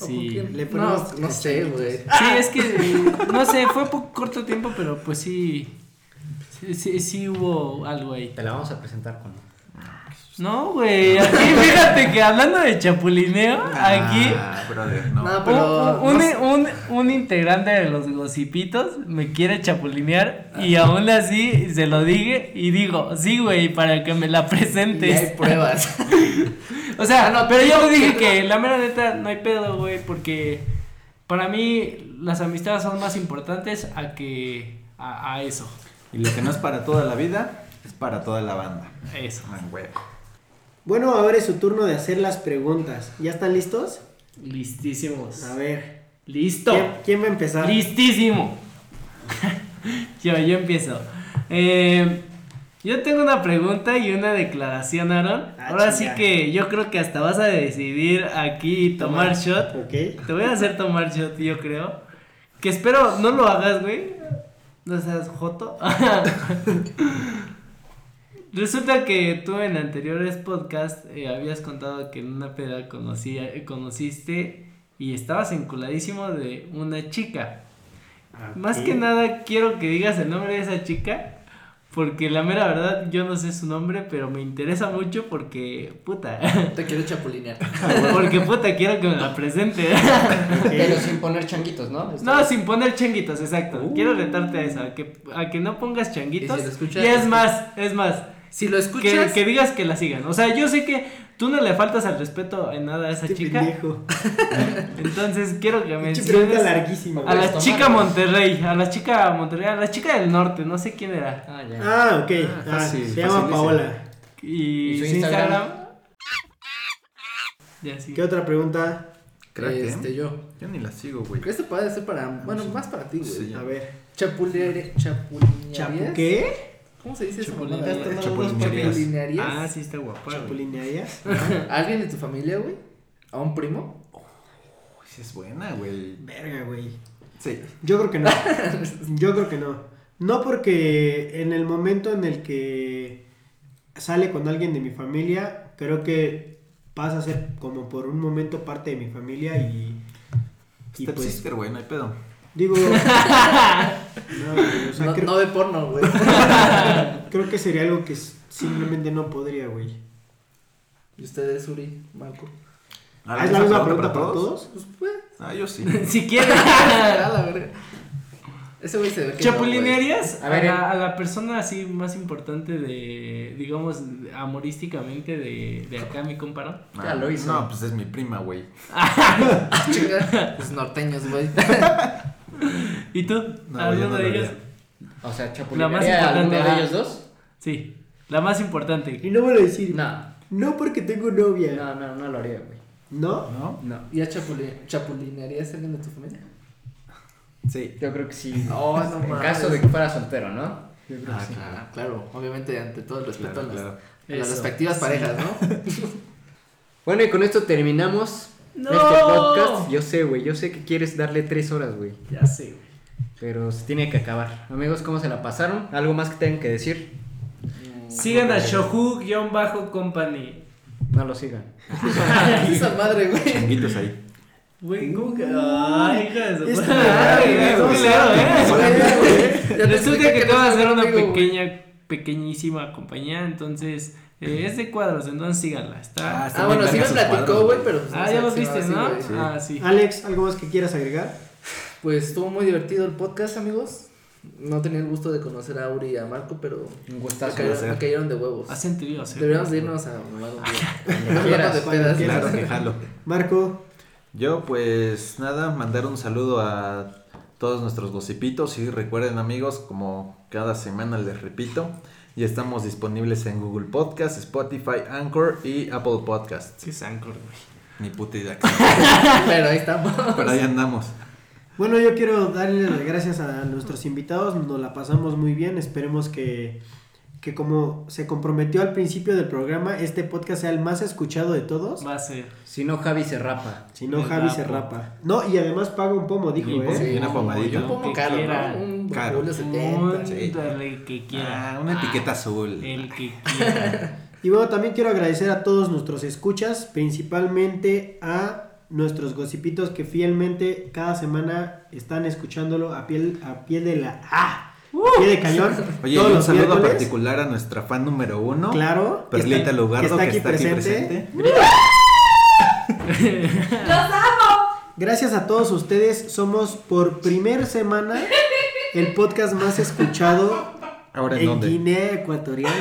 ¿O
Sí.
con quién?
Le
no,
ponemos
no sé, güey.
Sí, es que, eh, no sé, fue por corto tiempo, pero pues sí. Sí, sí, sí hubo algo ahí.
Te la vamos a presentar con.
No, güey. [laughs] Aquí, fíjate que hablando de chapulineo, aquí.
Ah, brother, no.
No,
Un,
pero.
un-
no sé.
un- un integrante de los gocipitos me quiere chapulinear y
Ah.
aún así se lo dije y digo, sí, güey, para que me la
Y hay
presentes.
pruebas.
[laughs]
[laughs]
O sea,
Ah, no,
pero yo
digo
le dije
que-
que la mera neta no hay pedo, güey, porque para mí las amistades son más importantes a que a, a eso.
Y lo que no es para toda la vida, es para toda la banda.
Eso.
Ah, güey.
Bueno, ahora es su turno de hacer las preguntas. ¿Ya están listos?
Listísimos.
A ver.
Listo.
¿Quién, quién va a empezar?
Listísimo. [laughs] yo, yo empiezo. Eh, yo tengo una pregunta y una declaración, Aaron.
Ah,
Ahora sí
chinga.
que yo creo que hasta vas a decidir aquí tomar shot.
Ok.
Te voy a hacer tomar shot, yo creo. Que espero no lo hagas, güey. No seas joto. [laughs] Resulta que tú en anteriores podcasts eh, habías contado que en una peda conocí- conociste y estabas enculadísimo de una chica. Más
Ok.
que nada quiero que digas el nombre de esa chica. Porque la mera verdad yo no sé su nombre, pero me interesa mucho porque puta. [laughs]
Te quiero chapulinear.
porque puta quiero que me la presente.
Pero
Ok.
sin poner changuitos, ¿no?
No, sin poner changuitos, exacto. Quiero retarte a eso, a que, a que no pongas
Y
changuitos.
si lo
Y,
escuchas,
es
es-
más, es más,
Si lo
Que,
escuchas.
que digas que la sigan. O sea, yo sé que tú no le faltas al respeto en nada a esa
Este
chica.
pendejo.
Entonces quiero que
Pinche pregunta
menciones
larguísima,
a
güey.
la
Tomarlos.
chica Monterrey, a la chica Monterrey, a la chica del norte, no sé quién era.
Ah, ya.
Ah, ok.
Ah,
Ah,
fácil,
se llama
facilísimo.
Paola.
Y,
¿Y su
su Instagram.
Instagram?
Ya sí. [laughs]
¿Qué otra pregunta?
Crack, ¿eh?
este, yo.
Yo ni la sigo, güey.
Este puede ser para. Bueno, más para ti, güey.
Sí.
A ver.
Chapuleare. Chapulinearías.
Chapu- ¿Qué?
¿Cómo se dice eso?
¿Te has tomado dos
Chapulinearías.
papeles?
Chapulinearías.
Ah, sí, está guapa. güey.
¿Chapulinearías? [laughs]
¿A alguien de tu familia, güey? ¿A un primo?
Uy, sí es buena, güey.
Verga, güey.
Sí.
Yo creo que
[laughs]
no. Yo creo que no. No porque en el momento en el que sale con alguien de mi familia, creo que pasa a ser como por un momento parte de mi familia y... Y
Step
pues-
sister, güey, no hay pedo.
[laughs]
Digo... no, güey, o sea,
No,
creo,
no de porno,
[laughs]
güey.
creo que sería algo que s- simplemente no podría, güey.
¿Y ustedes, Uri, Marco?
Ah, ¿Es la misma pregunta para todos?
Pues, güey.
Ah, yo sí.
Si quieres.
[laughs] a la verga. Ese güey se ve que. no, güey.
Chapulinearías
A
a,
ver,
la, a la persona así más importante de, digamos, amorísticamente de, de acá, mi comparón.
Ah,
Ya lo hizo.
No, pues es mi prima, güey.
Ah, chinga. Los norteños, güey.
¿Y tú?
No, yo
¿Alguno
no
de
lo
ellos?
haría.
O sea,
La más
chapulinería a alguno
importante,
de
ah. ajá.
ellos dos.
Sí, la más importante.
Y no voy a decir... No.
No,
porque tengo novia.
no, no, no lo haría, güey.
¿No?
¿No?
No.
¿Y a chapuli- chapulinearías a alguien de tu familia?
Sí.
Yo creo que sí.
No, no
en
mames.
caso de que fuera soltero, ¿no?
Ah, claro, claro. Obviamente, ante todo el respeto
Claro,
a, las,
claro.
a las
Eso.
respectivas parejas, ¿no?
Bueno, y con esto terminamos
¡No!
este podcast. Yo sé, güey, yo sé que quieres darle tres horas, güey.
Ya sé, güey.
Pero se tiene que acabar. Amigos, ¿cómo se la pasaron? ¿Algo más que tengan que decir?
Sigan a Shohu-Company.
No lo
[laughs]
sigan.
[laughs] Esa madre, güey.
Changuitos ahí.
Güey, ¿cómo que? Ay, hija de su
Es
puta
que-
madre, güey,
es
muy
que-
lero, ¿eh?
Ya te
Resulta que
expliqué que
te vas a
no
hacer una
contigo, güey.
pequeña, pequeñísima compañía, entonces eh, es de cuadros, entonces síganla. Está...
Ah,
Ah, bueno, sí me platicó, güey, pero. pues, no
Ah,
sé,
ya los
sí,
viste,
sí,
¿no?
güey.
Ah, sí.
Alex, ¿algo más que quieras agregar?
Pues estuvo muy divertido el podcast, amigos. No tenía el gusto de conocer a Uri y a Marco, pero
Un
me
gustazo.
cayeron, me cayeron de huevos.
Hacen tríos, ¿eh?
Deberíamos de irnos a mamar un día. Nos
quieras,
vamos de
cuando
pedas.
quieras.
Claro que jalo.
Marco,
Yo, pues nada, mandar un saludo a todos nuestros gocipitos y recuerden amigos, como cada semana les repito, ya estamos disponibles en Google Podcast, Spotify, Anchor y Apple Podcast.
Sí, es Anchor, güey.
Ni puta idea.
Pero ahí estamos.
Pero ahí andamos.
bueno, yo quiero darle las gracias a nuestros invitados, nos la pasamos muy bien, esperemos que, que como se comprometió al principio del programa, este podcast sea el más escuchado de todos,
Va a ser.
Si no, Javi se rapa.
si no
El
Javi se
Gapo.
rapa. No, y además paga un pomo, dijo,
Y
¿eh?
pues,
Y una pomadita.
Un pomo
que
caro,
quiera.
¿no? Un
Caro.
Julio 70.
sí.
Ándale, que quiera.
Ah, una
Ah,
etiqueta azul.
El que quiera.
Y bueno, también quiero agradecer a todos nuestros escuchas, principalmente a nuestros gocipitos que fielmente cada semana están escuchándolo a piel, a pie de la... ¡Ah! A pie de cañón.
Oye, y
Todos
un
los
saludo
miércoles.
particular a nuestra fan número uno,
Claro. que
Perlita
está-
Lugardo,
que está, aquí, presente. Gracias a todos ustedes, somos por primer semana el podcast más escuchado
Ahora en
en
dónde?
Guinea Ecuatorial.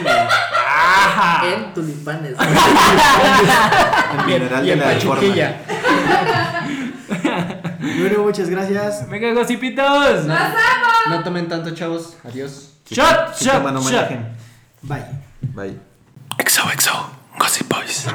En tulipanes.
En Mineral
Y
de
en
la Forma.
Pachuquilla.
Bueno, muchas gracias.
Venga, gocipitos.
No tomen tanto, chavos. Adiós.
Shot,
Si toman,
shot,
no
shot.
manejen.
Bye.
Bye.
XOXO Gossip Boys.